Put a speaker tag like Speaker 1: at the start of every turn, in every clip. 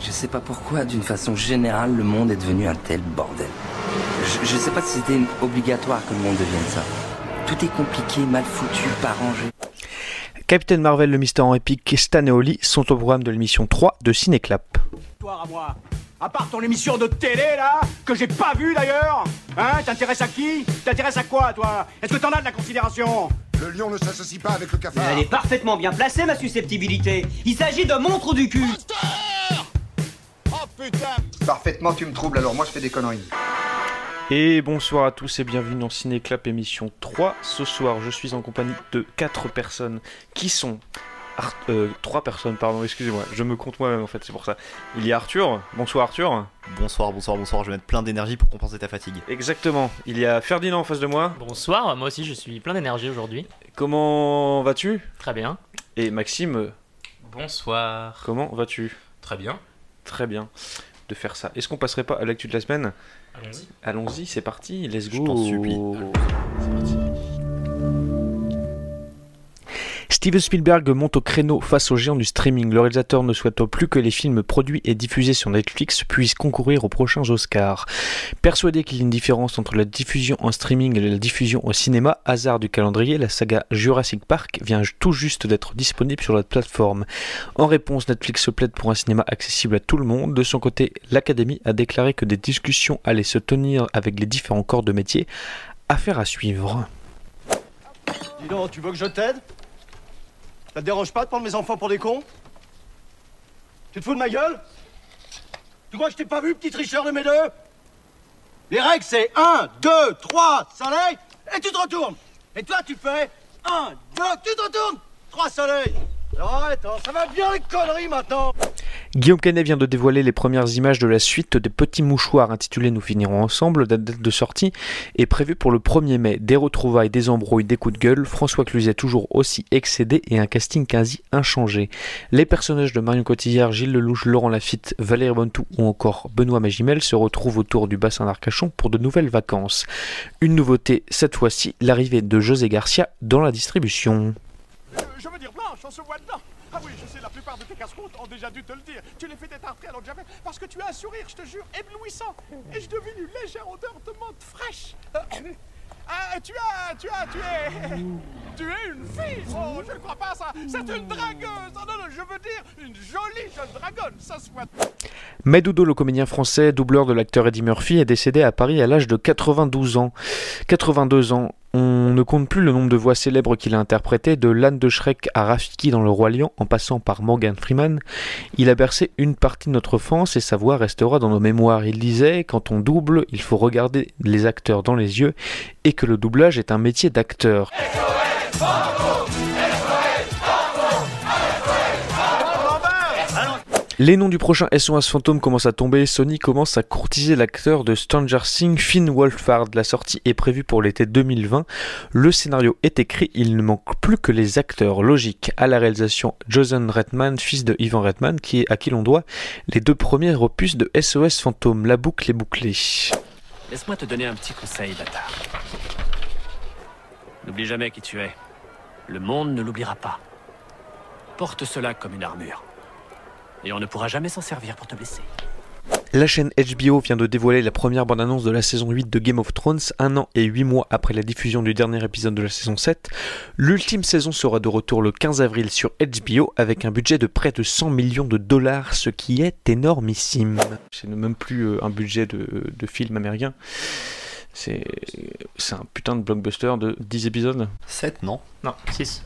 Speaker 1: Je sais pas pourquoi, d'une façon générale, le monde est devenu un tel bordel. Je, je sais pas si c'était obligatoire que le monde devienne ça. Tout est compliqué, mal foutu, pas rangé.
Speaker 2: Captain Marvel, le mystère en épique et Stan et Oli sont au programme de l'émission 3 de Cinéclap.
Speaker 3: Toi à moi. À part ton émission de télé, là, que j'ai pas vue d'ailleurs Hein T'intéresses à qui T'intéresses à quoi, toi Est-ce que t'en as de la considération Ah.
Speaker 4: Le lion ne s'associe pas avec le cafard.
Speaker 5: Elle est parfaitement bien placée, ma susceptibilité. Il s'agit de mon trou du cul.
Speaker 4: Parfaitement, tu me troubles, alors moi je fais des conneries.
Speaker 2: Et bonsoir à tous et bienvenue dans Cinéclap émission 3. Ce soir, je suis en compagnie de 4 personnes qui sont. Ar- euh, 3 personnes, pardon, excusez-moi, je me compte moi-même en fait, c'est pour ça. Il y a Arthur, bonsoir Arthur.
Speaker 6: Bonsoir, bonsoir, bonsoir, je vais mettre plein d'énergie pour compenser ta fatigue.
Speaker 2: Exactement, il y a Ferdinand en face de moi.
Speaker 7: Bonsoir, moi aussi je suis plein d'énergie aujourd'hui.
Speaker 2: Comment vas-tu
Speaker 7: Très bien.
Speaker 2: Et Maxime,
Speaker 8: Bonsoir.
Speaker 2: comment vas-tu
Speaker 8: Très bien.
Speaker 2: Très bien de faire ça. Est-ce qu'on passerait pas à l'actu de la semaine
Speaker 8: Allons-y.
Speaker 2: Allons-y, c'est parti, let's go.
Speaker 6: t'en supplie.
Speaker 2: Steven Spielberg monte au créneau face aux géants du streaming. Le réalisateur ne souhaite plus que les films produits et diffusés sur Netflix puissent concourir aux prochains Oscars. Persuadé qu'il y a une différence entre la diffusion en streaming et la diffusion au cinéma, hasard du calendrier, la saga Jurassic Park vient tout juste d'être disponible sur la plateforme. En réponse, Netflix se plaide pour un cinéma accessible à tout le monde. De son côté, l'Académie a déclaré que des discussions allaient se tenir avec les différents corps de métier. Affaire à suivre.
Speaker 9: Dis donc, tu veux que je t'aide Ça te dérange pas de prendre mes enfants pour des cons Tu te fous de ma gueule Tu crois que je t'ai pas vu, petit tricheur de mes deux Les règles, c'est 1, 2, 3, soleil, et tu te retournes Et toi, tu fais 1, 2, tu te retournes 3 soleils Alors arrête, hein, ça va bien les conneries maintenant
Speaker 2: Guillaume Canet vient de dévoiler les premières images de la suite des Petits Mouchoirs intitulée Nous finirons ensemble. La date de sortie est prévue pour le 1er mai. Des retrouvailles, des embrouilles, des coups de gueule. François Cluzet toujours aussi excédé et un casting quasi inchangé. Les personnages de Marion Cotillard, Gilles Lelouch, Laurent Lafitte, Valérie Bontou ou encore Benoît Magimel se retrouvent autour du bassin d'Arcachon pour de nouvelles vacances. Une nouveauté cette fois-ci, l'arrivée de José Garcia dans la distribution.
Speaker 3: Euh, Je veux dire blanche, on se voit dedans. Ah oui, je sais, la plupart de tes casse-croûtes ont déjà dû te le dire. Tu les fais détartrer à l'autre jamais parce que tu as un sourire, je te jure, éblouissant. Et je devine une légère odeur de menthe fraîche. Euh, Ah, tu as, tu as, tu es... Tu es une fille Oh, je ne crois pas ça C'est une dragueuse Oh non, non, je veux dire, une jolie jeune dragonne, ça se voit
Speaker 2: Maidoudo, le comédien français, doubleur de l'acteur Eddie Murphy, est décédé à Paris à l'âge de 92 ans. 82 ans, on ne compte plus le nombre de voix célèbres qu'il a interprétées, de l'âne de Shrek à Rafiki dans Le Roi Lion, en passant par Morgan Freeman. Il a bercé une partie de notre enfance et sa voix restera dans nos mémoires. Il disait Quand on double, il faut regarder les acteurs dans les yeux et que le doublage est un métier d'acteur. Les noms du prochain SOS Fantôme commencent à tomber, Sony commence à courtiser l'acteur de Stranger Things, Finn Wolfhard. La sortie est prévue pour l'été 2020. Le scénario est écrit, il ne manque plus que les acteurs. Logique, à la réalisation, Jason Redman, fils de Ivan Redman, qui est à qui l'on doit les deux premiers opus de SOS Fantôme. La boucle est bouclée.
Speaker 10: Laisse-moi te donner un petit conseil, bâtard. N'oublie jamais qui tu es. Le monde ne l'oubliera pas. Porte cela comme une armure. Et on ne pourra jamais s'en servir pour te blesser.
Speaker 2: La chaîne HBO vient de dévoiler la première bande-annonce de la saison 8 de Game of Thrones, un an et huit mois après la diffusion du dernier épisode de la saison 7. L'ultime saison sera de retour le 15 avril sur HBO avec un budget de près de 100 millions de dollars, ce qui est énormissime. C'est même plus euh, un budget de, de film américain. C'est c'est un putain de blockbuster de 10 épisodes.
Speaker 6: 7, non
Speaker 7: Non, 6.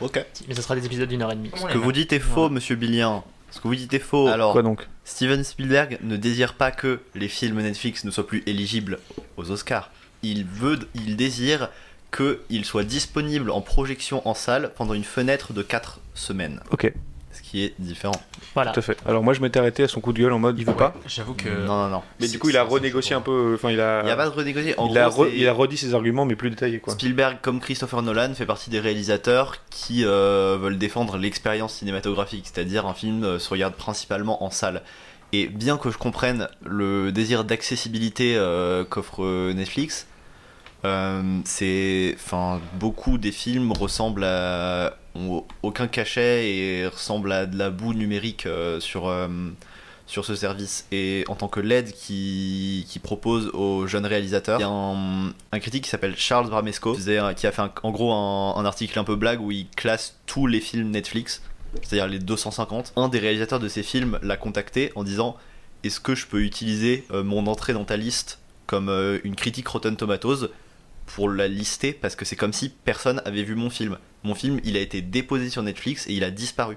Speaker 6: Ok.
Speaker 7: Mais ce sera des épisodes d'une heure et demie.
Speaker 6: Ce que vous dites est faux, monsieur Billien. Ce que vous dites est faux. Alors,
Speaker 2: Oh, Quoi donc
Speaker 6: Steven Spielberg ne désire pas que les films Netflix ne soient plus éligibles aux Oscars. Il veut, il désire qu'ils soient disponibles en projection en salle pendant une fenêtre de 4 semaines.
Speaker 2: Ok,
Speaker 6: Ce qui est différent.
Speaker 7: Voilà.
Speaker 2: tout à fait. Alors moi je m'étais arrêté à son coup de gueule en mode il veut pas.
Speaker 8: J'avoue que.
Speaker 6: Non, non, non.
Speaker 2: Mais
Speaker 6: C'est-
Speaker 2: du coup il a
Speaker 6: c'est-
Speaker 2: renégocié un peu, euh, enfin il a...
Speaker 6: Il n'y a pas de renégocier. En
Speaker 2: il, a
Speaker 6: gros,
Speaker 2: re-
Speaker 6: c'est-
Speaker 2: il a redit ses arguments mais plus détaillés quoi.
Speaker 6: Spielberg, comme Christopher Nolan, fait partie des réalisateurs qui euh, veulent défendre l'expérience cinématographique, c'est-à-dire un film euh, se regarde principalement en salle. Et bien que je comprenne le désir d'accessibilité euh, qu'offre euh, Netflix, euh, c'est, enfin, beaucoup des films ressemblent à ont aucun cachet et ressemblent à de la boue numérique euh, sur euh, sur ce service. Et en tant que LED qui, qui propose aux jeunes réalisateurs, il y a un, un critique qui s'appelle Charles Bramesco, qui faisait un- qui a fait un- en gros un, un article un peu blague où il classe tous les films Netflix, c'est-à-dire les 250. Un des réalisateurs de ces films l'a contacté en disant Est-ce que je peux utiliser euh, mon entrée dans ta liste comme euh, une critique Rotten Tomatoes pour la lister parce que c'est comme si personne avait vu mon film. Mon film, il a été déposé sur Netflix et il a disparu.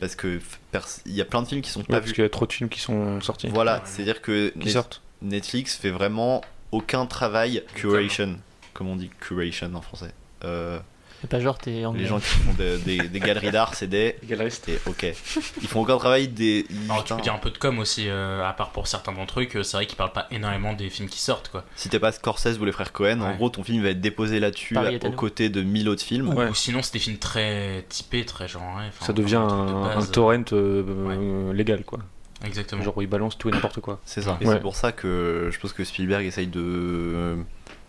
Speaker 6: Parce que f- pers- il y a plein de films qui sont pas
Speaker 2: Ouais,
Speaker 6: vus.
Speaker 2: parce qu'il y a trop de films qui sont sortis.
Speaker 6: Voilà, c'est-à-dire que
Speaker 2: Qui
Speaker 6: Net-
Speaker 2: sortent.
Speaker 6: Netflix fait vraiment aucun travail curation, comme on dit curation en français. Euh,
Speaker 7: C'est pas genre t'es anglais.
Speaker 6: les gens qui font de- des, des galeries d'art, c'est des. Et ok. Ils font aucun travail des.
Speaker 2: Ah,
Speaker 8: Alors, tu
Speaker 6: Putain.
Speaker 8: peux dire un peu de com aussi, euh, à part pour certains bons trucs, euh, c'est vrai qu'ils parlent pas énormément des films qui sortent quoi.
Speaker 6: Si t'es pas Scorsese ou les frères Cohen, en
Speaker 8: Ouais.
Speaker 6: gros ton film va être déposé là-dessus,
Speaker 8: Pareil,
Speaker 6: à- aux
Speaker 8: Italiano.
Speaker 6: côtés de mille autres films.
Speaker 8: Ou, ou sinon, c'est des films très typés, très genre. ouais, enfin,
Speaker 2: Ça devient un,
Speaker 8: truc de
Speaker 2: un
Speaker 8: base.
Speaker 2: torrent euh, euh, légal, quoi.
Speaker 8: Exactement.
Speaker 2: Genre où ils balancent tout et n'importe quoi.
Speaker 6: C'est ça. Et
Speaker 2: Ouais.
Speaker 6: c'est pour ça que je pense que Spielberg essaye de euh,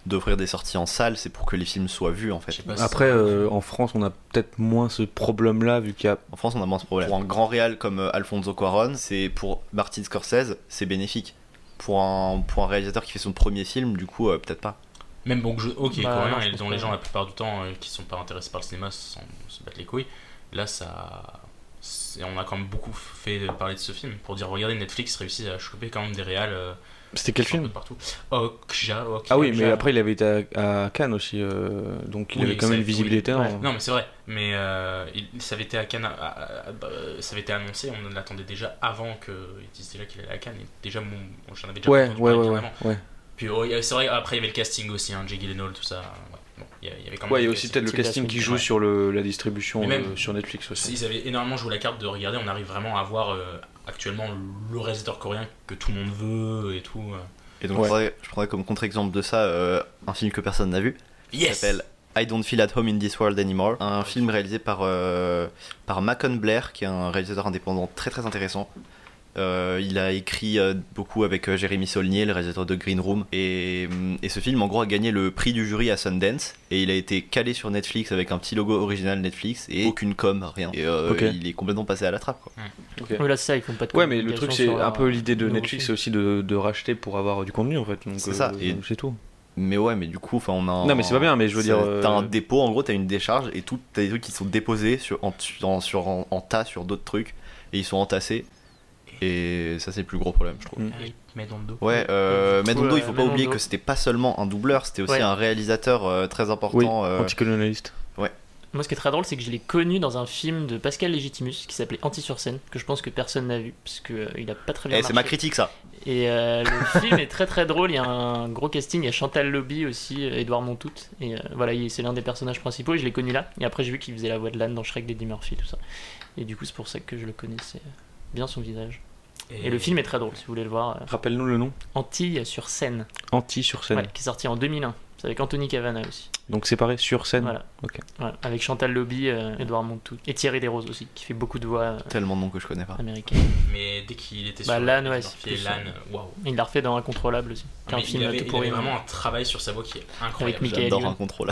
Speaker 6: d'offrir des sorties en salle, c'est pour que les films soient vus en fait.
Speaker 2: Après, euh, en France, on a peut-être moins ce problème-là, vu qu'il y a.
Speaker 6: En France, on a moins ce problème. Pour un grand réal comme euh, Alfonso Cuarón, c'est pour Martin Scorsese, c'est bénéfique. Pour un, pour un réalisateur qui fait son premier film, du coup, euh, peut-être pas.
Speaker 8: Même bon, que je... ok,
Speaker 7: Bah,
Speaker 8: coréen,
Speaker 7: non, je
Speaker 8: et
Speaker 7: pense
Speaker 8: dont
Speaker 7: pas.
Speaker 8: les gens la plupart du temps euh, qui sont pas intéressés par le cinéma s'en- se battent les couilles. Là, ça. c'est- On a quand même beaucoup fait parler de ce film pour dire regardez, Netflix réussit à choper quand même des réals. euh,
Speaker 2: C'était quel
Speaker 8: qui sont un
Speaker 2: film
Speaker 8: peu partout. Okja, Okja,
Speaker 2: Ah oui,
Speaker 8: Okja.
Speaker 2: mais après, il avait été à, à Cannes aussi, euh, donc il
Speaker 8: Oui,
Speaker 2: avait quand même
Speaker 8: ça-
Speaker 2: une visibilité. hein.
Speaker 8: oui,
Speaker 2: en-
Speaker 8: ouais. Non, mais c'est vrai. Mais euh, il, ça avait été à Cannes, à- à- à- bah, euh, ça avait été annoncé. On l'attendait déjà avant qu'ils disent déjà qu'il allait à Cannes. Et déjà, mon, mon- j'en avais déjà
Speaker 2: Ouais,
Speaker 8: entendu
Speaker 2: ouais,
Speaker 8: parler
Speaker 2: ouais,
Speaker 8: bien
Speaker 2: ouais,
Speaker 8: avant.
Speaker 2: ouais.
Speaker 8: Puis oh, il y a- c'est vrai. Après, il y avait le casting aussi, hein, Jake Gyllenhaal, tout ça. Ouais. Bon, il y a- il y avait quand même
Speaker 2: Ouais, il y
Speaker 8: du
Speaker 2: a aussi peut-être le
Speaker 7: Tilda
Speaker 2: casting qui
Speaker 7: Swinton,
Speaker 2: joue
Speaker 7: ouais.
Speaker 2: sur le- la distribution
Speaker 8: Mais même-
Speaker 2: euh, sur Netflix aussi.
Speaker 8: Ils avaient énormément joué la carte de regarder. On arrive vraiment à voir euh, actuellement le réalisateur coréen que tout le monde veut et tout. euh.
Speaker 6: Et donc,
Speaker 2: Ouais.
Speaker 6: je, prendrais, je prendrais comme contre-exemple de ça euh, un film que personne n'a vu. qui
Speaker 8: Yes.
Speaker 6: s'appelle I Don't Feel at Home in This World Anymore, un film réalisé par, euh, par Macon Blair, qui est un réalisateur indépendant très très intéressant. Euh, il a écrit euh, beaucoup avec euh, Jérémy Saulnier, le réalisateur de Green Room, et, hum, et ce film en gros a gagné le prix du jury à Sundance, et il a été calé sur Netflix avec un petit logo original Netflix et aucune com, rien. Et euh,
Speaker 2: Ok.
Speaker 6: il est complètement passé à la trappe. Quoi.
Speaker 7: Oui, là, c'est ça, ils font pas de
Speaker 2: Ouais, mais le
Speaker 7: communication
Speaker 2: truc, c'est
Speaker 7: sur euh,
Speaker 2: un
Speaker 7: leur-
Speaker 2: peu l'idée de
Speaker 7: nouveau
Speaker 2: Netflix, c'est
Speaker 7: film.
Speaker 2: aussi de, de racheter pour avoir du contenu en fait. donc,
Speaker 6: C'est ça,
Speaker 2: euh,
Speaker 6: et-
Speaker 2: C'est tout.
Speaker 6: Mais ouais, mais du coup, enfin, on a. un-
Speaker 2: Non, mais c'est pas bien, mais je veux
Speaker 6: c'est-
Speaker 2: dire, euh,
Speaker 6: T'as un dépôt, en gros, t'as une décharge et tout, t'as des trucs qui sont déposés sur, en, en- sur, en, en tas sur d'autres trucs et ils sont entassés. Et ça, c'est le plus gros problème, je trouve.
Speaker 2: Mm.
Speaker 8: Ah oui, mais dans le dos.
Speaker 6: Ouais, euh,
Speaker 7: Du coup,
Speaker 6: Madondo, il faut
Speaker 7: euh,
Speaker 6: pas oublier
Speaker 7: Madondo.
Speaker 6: que c'était pas seulement un doubleur, c'était aussi
Speaker 7: Ouais.
Speaker 6: un réalisateur euh, très important.
Speaker 2: Oui,
Speaker 6: euh,
Speaker 2: anticolonialiste.
Speaker 7: Moi, ce qui est très drôle, c'est que je l'ai connu dans un film de Pascal Légitimus qui s'appelait Anti sur scène, que je pense que personne n'a vu, parce que euh, il a pas très bien
Speaker 6: eh, c'est ma
Speaker 7: marché.
Speaker 6: critique, ça.
Speaker 7: Et euh, le film est très très drôle, il y a un gros casting, il y a Chantal Lobby aussi, euh, Edouard Montout, et euh, voilà, il- c'est l'un des personnages principaux, et je l'ai connu là, et après j'ai vu qu'il faisait la voix de l'âne dans Shrek d'Eddie Murphy, tout ça. Et du coup, c'est pour ça que je le connaissais euh, bien son visage. Et le film est très drôle, si vous voulez le voir, euh,
Speaker 2: Rappelle-nous le nom.
Speaker 7: Antilles sur scène,
Speaker 2: Anti sur scène.
Speaker 7: ouais, qui est sorti en 2001, c'est avec Anthony Cavana aussi.
Speaker 2: Donc séparé sur scène.
Speaker 7: Voilà.
Speaker 2: Ok.
Speaker 7: Voilà, Avec Chantal Lobby, euh, Edouard Montout, et Thierry Desroses aussi, qui fait beaucoup de voix euh,
Speaker 6: Tellement de noms que je connais pas.
Speaker 7: américaines.
Speaker 8: Mais dès qu'il était
Speaker 7: Bah,
Speaker 8: sur
Speaker 7: Lan, ouais, c'est
Speaker 8: Murphy et
Speaker 7: plus,
Speaker 8: Lan, waouh.
Speaker 7: Il l'a refait dans Incontrôlable aussi, qui est un
Speaker 8: Ah, Mais
Speaker 7: film
Speaker 8: il avait,
Speaker 7: tout
Speaker 8: il
Speaker 7: pourri. hein.
Speaker 8: avait vraiment un travail sur sa voix qui est incroyable.
Speaker 7: Avec Mickey.
Speaker 6: J'adore
Speaker 7: Lyon.
Speaker 6: un contrôle.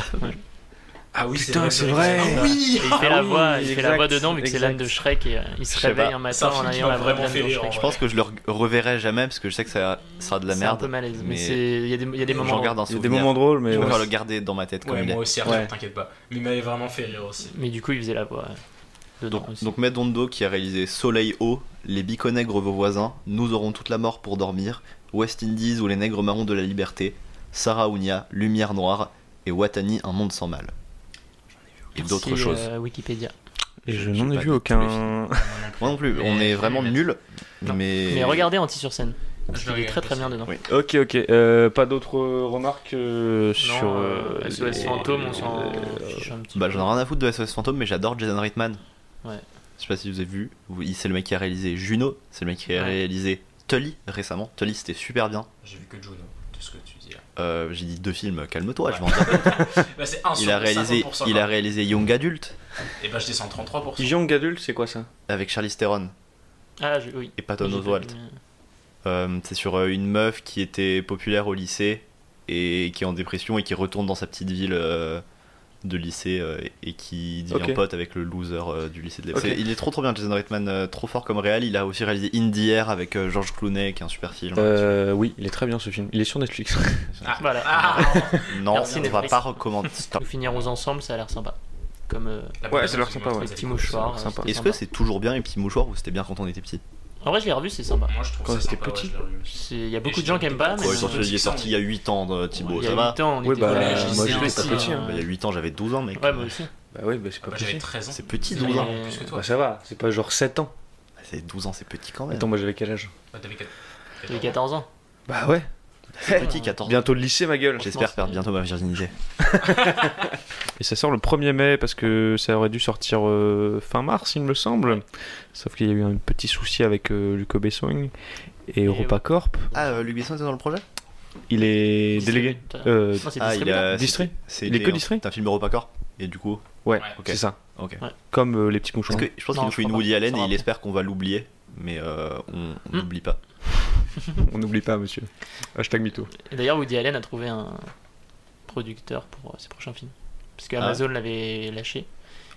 Speaker 8: Ah oui,
Speaker 2: Putain, c'est vrai.
Speaker 8: Ah
Speaker 7: Et il fait, la,
Speaker 2: oui,
Speaker 7: voix, il fait la
Speaker 2: exact,
Speaker 7: voix dedans vu que c'est l'âne
Speaker 2: exact.
Speaker 7: de Shrek et euh, il
Speaker 6: Je
Speaker 7: se
Speaker 6: sais
Speaker 7: réveille
Speaker 6: pas,
Speaker 7: un
Speaker 8: c'est
Speaker 7: matin
Speaker 8: un
Speaker 7: en
Speaker 8: film qui
Speaker 7: ayant
Speaker 8: m'a
Speaker 7: la voix de
Speaker 8: vraiment
Speaker 7: l'âne
Speaker 8: fait
Speaker 7: de
Speaker 8: rire, hein. en
Speaker 7: Shrek.
Speaker 6: Je pense que je le re- reverrai jamais parce que je sais que ça sera de la
Speaker 7: C'est un
Speaker 6: merde.
Speaker 7: peu malaise, mais
Speaker 6: mais
Speaker 7: c'est- il y a des- il y a des
Speaker 6: j'en
Speaker 7: moments.
Speaker 6: garde
Speaker 2: Il y
Speaker 6: un
Speaker 2: a
Speaker 6: souvenir.
Speaker 2: des moments drôles, mais
Speaker 6: Je
Speaker 2: ouais,
Speaker 6: préfère le garder dans ma tête comme
Speaker 8: Ouais,
Speaker 6: il est.
Speaker 8: moi aussi, Arthur,
Speaker 2: Ouais.
Speaker 8: t'inquiète pas. Mais il m'avait vraiment fait rire aussi.
Speaker 7: Mais du coup, il faisait la voix euh, dedans
Speaker 6: Donc,
Speaker 7: aussi.
Speaker 6: donc Medondo qui a réalisé Soleil haut, Les bicots nègres vos voisins, Nous aurons toute la mort pour dormir, West Indies ou les nègres marrons de la liberté, Sarah Ounia, Lumière noire et Watani, un monde sans mal. Et
Speaker 7: Merci,
Speaker 6: d'autres choses.
Speaker 7: euh, Wikipédia.
Speaker 2: Et je
Speaker 6: J'ai
Speaker 2: n'en ai
Speaker 6: pas
Speaker 2: vu
Speaker 6: vu tous les
Speaker 2: aucun.
Speaker 6: Moi non plus,
Speaker 8: Mais
Speaker 6: on
Speaker 8: je vais
Speaker 6: est vraiment
Speaker 8: le mettre.
Speaker 6: nuls.
Speaker 7: Non.
Speaker 6: Mais...
Speaker 7: Mais regardez Anti sur scène.
Speaker 8: Je
Speaker 7: Il
Speaker 8: le
Speaker 7: est
Speaker 8: regarde
Speaker 7: très très
Speaker 8: aussi.
Speaker 7: bien dedans.
Speaker 6: Oui.
Speaker 2: Ok, ok. euh, pas d'autres euh, remarques euh, sur.
Speaker 7: euh,
Speaker 2: euh,
Speaker 7: SOS
Speaker 2: les-
Speaker 7: Fantôme, on s'en
Speaker 2: euh,
Speaker 7: fiche un petit
Speaker 6: Bah
Speaker 7: peu.
Speaker 6: j'en ai rien à foutre de SOS Fantôme, mais j'adore Jason Reitman.
Speaker 7: Ouais.
Speaker 6: Je sais pas si vous avez vu, oui, c'est le mec qui a réalisé Juno, c'est le mec qui a
Speaker 7: Ouais.
Speaker 6: réalisé Tully récemment. Tully c'était super bien.
Speaker 8: J'ai vu que Juno, tout ce que tu dis là.
Speaker 6: Euh, J'ai dit deux films, calme-toi, je
Speaker 8: Ouais.
Speaker 6: vais en dire.
Speaker 8: Bah, c'est un
Speaker 6: Il a réalisé, il
Speaker 8: hein.
Speaker 6: a réalisé Young Adult
Speaker 8: Et bah, je descends 33%.
Speaker 2: Young Adult, c'est quoi ça
Speaker 6: avec Charlize Theron.
Speaker 7: Ah, je- oui.
Speaker 6: et Patton
Speaker 7: J'ai pas
Speaker 6: Oswalt.
Speaker 7: vu, mais-
Speaker 6: Euh, c'est sur euh, une meuf qui était populaire au lycée et qui est en dépression et qui retourne dans sa petite ville euh, de lycée euh, et qui devient
Speaker 11: Ok.
Speaker 6: pote avec le loser euh, du lycée de
Speaker 11: Ok.
Speaker 6: l'époque. C'est- Il est trop trop bien, Jason Reitman, euh, trop fort comme réal. Il a aussi réalisé Indie Air avec euh, George Clooney, qui est un super film.
Speaker 2: Euh, oui, il est très bien ce film. Il est sur Netflix.
Speaker 7: Voilà.
Speaker 8: Ah,
Speaker 6: Non,
Speaker 7: Merci,
Speaker 6: on
Speaker 7: Netflix.
Speaker 6: va pas recommander. Stop.
Speaker 7: Nous finirons ensemble, ça a l'air sympa. Comme. euh, Les petits mouchoirs. euh,
Speaker 6: Est-ce que c'est toujours bien les petits mouchoirs ou c'était bien quand on était petit
Speaker 7: En vrai, je l'ai revu, c'est sympa.
Speaker 8: Moi, je trouve
Speaker 6: Quand ça
Speaker 8: c'était sympa, petit. ouais, je l'ai revu
Speaker 7: Il y a beaucoup de gens qui aiment pas, mais.
Speaker 6: Ouais, surtout, il est sorti il y a 8 ans, de Thibaut,
Speaker 7: Il y a
Speaker 6: ça va
Speaker 7: huit ans, on Oui, était bah, collège, moi, lycée, j'étais pas petit, petit, hein.
Speaker 6: Bah, Il y a 8 ans, j'avais 12 ans, mec.
Speaker 7: Ouais, moi aussi.
Speaker 2: Bah oui, bah c'est
Speaker 7: Ah,
Speaker 2: pas
Speaker 6: bah,
Speaker 2: petit.
Speaker 6: j'avais 13 ans. C'est petit, 12 ans. Plus que toi.
Speaker 2: Bah ça va, c'est pas genre 7 ans.
Speaker 6: C'est 12 ans, c'est petit quand même.
Speaker 2: Attends, moi j'avais quel âge
Speaker 8: Ouais, t'avais quatre-
Speaker 7: J'avais 14 ans.
Speaker 2: Bah ouais.
Speaker 6: C'est petit, 14 ans.
Speaker 2: Bientôt le lycée, ma gueule.
Speaker 6: J'espère perdre bientôt ma virginité.
Speaker 2: Et ça sort le 1er mai parce que ça aurait dû sortir euh, fin mars, il me semble. Sauf qu'il y a eu un petit souci avec euh, Luc Besson et, Europacorp.
Speaker 6: Ah, euh, Luc Besson était dans le projet
Speaker 2: Il est délégué. Euh,
Speaker 6: Ah, il a-
Speaker 2: distrait.
Speaker 6: c'est-
Speaker 2: Il est
Speaker 6: c'est
Speaker 2: que
Speaker 6: un-
Speaker 2: distrait.
Speaker 6: C'est un film Europacorp Et du coup
Speaker 2: Ouais,
Speaker 6: ok.
Speaker 2: c'est ça.
Speaker 6: Ok.
Speaker 2: Comme euh, les petits mouchoirs.
Speaker 6: Parce que je pense qu'il nous faut une Woody Allen et il espère qu'on va l'oublier, mais euh, on
Speaker 7: Hmm.
Speaker 6: on n'oublie pas.
Speaker 2: On n'oublie pas, monsieur. Hashtag mytho.
Speaker 7: Et d'ailleurs, Woody Allen a trouvé un producteur pour euh, ses prochains films. Parce que
Speaker 6: Ah.
Speaker 7: Amazon l'avait lâché.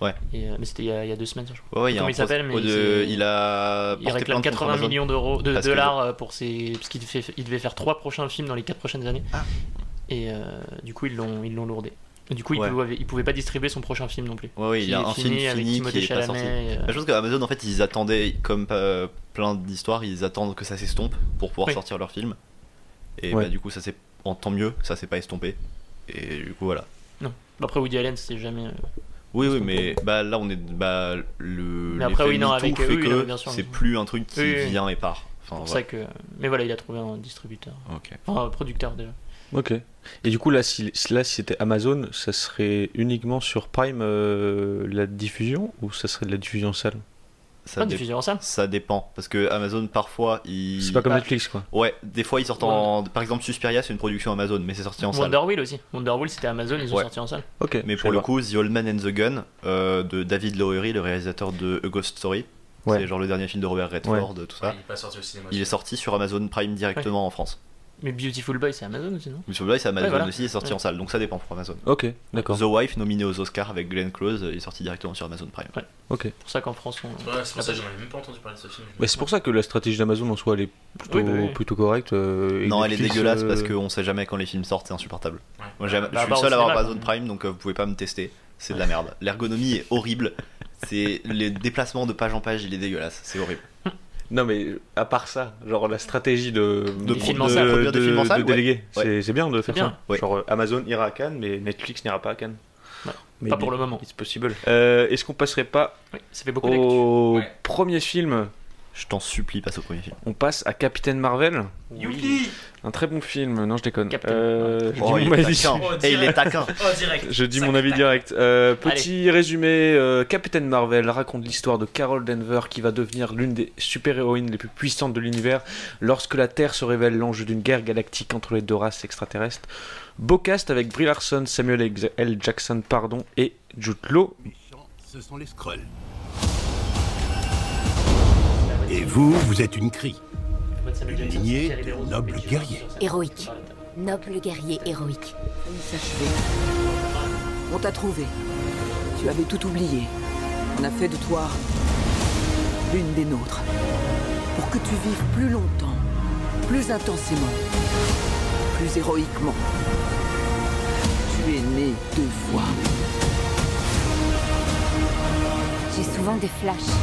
Speaker 6: Ouais,
Speaker 7: Et, euh, mais c'était il, y a- il y a deux semaines, je crois.
Speaker 6: Ouais, ouais, il y a
Speaker 7: Comment
Speaker 6: un
Speaker 7: il s'appelle
Speaker 6: pro-
Speaker 7: mais
Speaker 6: de-
Speaker 7: c'est-
Speaker 6: il a
Speaker 7: il
Speaker 6: porté
Speaker 7: réclame
Speaker 6: plainte contre
Speaker 7: 80
Speaker 6: Amazon.
Speaker 7: millions d'euros de
Speaker 6: Parce que-
Speaker 7: dollars euh, pour ses parce qu'il fait- il devait faire trois prochains films dans les quatre prochaines années.
Speaker 6: Ah.
Speaker 7: Et euh, du coup, ils l'ont ils l'ont lourdé. Et Du coup, il,
Speaker 6: Ouais.
Speaker 7: pouvait, il pouvait pas distribuer son prochain film non plus.
Speaker 6: Ouais, ouais, il y a
Speaker 7: Qui est
Speaker 6: un film fini,
Speaker 7: avec
Speaker 6: qui
Speaker 7: Timothée
Speaker 6: est pas sorti.
Speaker 7: Chalamet, euh,
Speaker 6: Bah, je pense qu'Amazon, en fait, ils attendaient, comme euh, plein d'histoires, ils attendent que ça s'estompe pour pouvoir
Speaker 7: Oui.
Speaker 6: sortir leur film. Et
Speaker 2: Ouais.
Speaker 6: bah, du coup, ça s'est. en- Tant mieux, ça s'est pas estompé. Et du coup, voilà.
Speaker 7: Non. Après Woody Allen, c'était jamais. euh,
Speaker 6: Oui, oui, mais bah, là, on est. Bah, le.
Speaker 7: Mais après,
Speaker 6: l'effet
Speaker 7: oui, non,
Speaker 6: MeToo
Speaker 7: avec
Speaker 6: fait
Speaker 7: eux, oui,
Speaker 6: que
Speaker 7: non, bien sûr,
Speaker 6: C'est
Speaker 7: oui.
Speaker 6: plus un truc qui
Speaker 7: Oui, oui.
Speaker 6: vient et part. Enfin,
Speaker 7: pour
Speaker 6: voilà.
Speaker 7: ça que. Mais voilà, il a trouvé un distributeur.
Speaker 6: Ok.
Speaker 7: Enfin, un producteur déjà.
Speaker 2: Ok. Et du coup, là, si, si- là, si c'était Amazon, ça serait uniquement sur Prime euh, la diffusion ou ça serait de la diffusion sale
Speaker 6: Ça
Speaker 7: Pas
Speaker 6: dé-
Speaker 7: diffusé en salle.
Speaker 6: Ça dépend, parce que Amazon parfois ils.
Speaker 2: C'est pas comme Bah. Netflix, quoi.
Speaker 6: Ouais, des fois ils sortent en. Par exemple, Suspiria c'est une production Amazon, mais c'est sorti en salle.
Speaker 7: Wonder Wheel aussi. Wonder Wheel, c'était Amazon, ils ont
Speaker 6: Ouais.
Speaker 7: sorti en salle.
Speaker 2: Ok.
Speaker 6: Mais pour le coup, The Old Man and the Gun euh, de David Lowery, le réalisateur de A Ghost Story,
Speaker 2: Ouais.
Speaker 6: c'est genre le dernier film de Robert Redford, tout ça.
Speaker 8: il est pas sorti au cinéma.
Speaker 6: Il est sorti sur Amazon Prime directement en France.
Speaker 7: Mais Beautiful Boy, c'est Amazon aussi, non
Speaker 6: Mais sur le c'est Amazon
Speaker 7: Ouais, voilà.
Speaker 6: aussi, il est sorti
Speaker 7: Ouais.
Speaker 6: en salle, donc ça dépend pour Amazon.
Speaker 2: Ok, d'accord.
Speaker 6: The Wife, nominé aux Oscars avec Glenn Close, euh, est sorti directement sur Amazon Prime.
Speaker 2: Ok.
Speaker 7: C'est pour ça qu'en France, on.
Speaker 8: Ouais, c'est pour ça que j'en avais même pas entendu parler de ce film.
Speaker 2: Mais c'est pour ça que la stratégie d'Amazon en soi, elle est plutôt,
Speaker 8: Oui, bah oui.
Speaker 2: plutôt correcte. euh, et
Speaker 6: Non, elle est
Speaker 2: Netflix,
Speaker 6: dégueulasse
Speaker 2: euh,
Speaker 6: parce qu'on sait jamais quand les films sortent, c'est insupportable.
Speaker 8: Ouais.
Speaker 6: Moi, j'ai-
Speaker 8: Bah,
Speaker 6: je suis
Speaker 8: bah,
Speaker 6: le
Speaker 8: au
Speaker 6: seul à avoir
Speaker 8: cinéma,
Speaker 6: Amazon
Speaker 8: quoi.
Speaker 6: Prime, donc euh, vous pouvez pas me tester. C'est de la merde. L'ergonomie est horrible. C'est les déplacements de page en page, il est dégueulasse. C'est horrible.
Speaker 2: Non, mais à part ça, genre la stratégie de,
Speaker 6: Des films en salle, produire des films en salle, ouais.
Speaker 2: déléguer,
Speaker 6: Ouais.
Speaker 2: c'est- c'est bien de faire
Speaker 6: bien.
Speaker 2: ça.
Speaker 6: Ouais.
Speaker 2: Genre euh, Amazon ira à Cannes, mais Netflix n'ira pas à Cannes.
Speaker 7: Pas pour le moment.
Speaker 2: It's possible. Euh, Est-ce qu'on passerait pas
Speaker 7: ça fait beaucoup
Speaker 6: Oh.
Speaker 2: au premier film
Speaker 6: Je t'en supplie, passe au premier film.
Speaker 2: On passe à Captain Marvel.
Speaker 8: Youpi
Speaker 2: Un très bon film, non je déconne.
Speaker 8: Captain
Speaker 2: Euh, je
Speaker 6: Oh,
Speaker 2: dis
Speaker 6: il
Speaker 2: mon
Speaker 6: est
Speaker 2: avis.
Speaker 6: taquin. Oh, Et il est taquin.
Speaker 8: Oh, direct.
Speaker 2: Je dis mon avis direct. Euh, petit résumé euh, Captain Marvel raconte l'histoire de Carol Denver qui va devenir l'une des super-héroïnes les plus puissantes de l'univers lorsque la Terre se révèle l'enjeu d'une guerre galactique entre les deux races extraterrestres. Beau cast avec Brie Larson, Samuel Ex- L. Jackson pardon, et Jude Law.
Speaker 12: Ce sont les Skrulls. Et vous, vous êtes une crie. Une lignée de nobles guerriers.
Speaker 13: Héroïque. Noble guerrier héroïque.
Speaker 14: On t'a trouvé. Tu avais tout oublié. On a fait de toi l'une des nôtres. Pour que tu vives plus longtemps, plus intensément, plus héroïquement. Tu es né deux fois.
Speaker 13: J'ai souvent des flashs.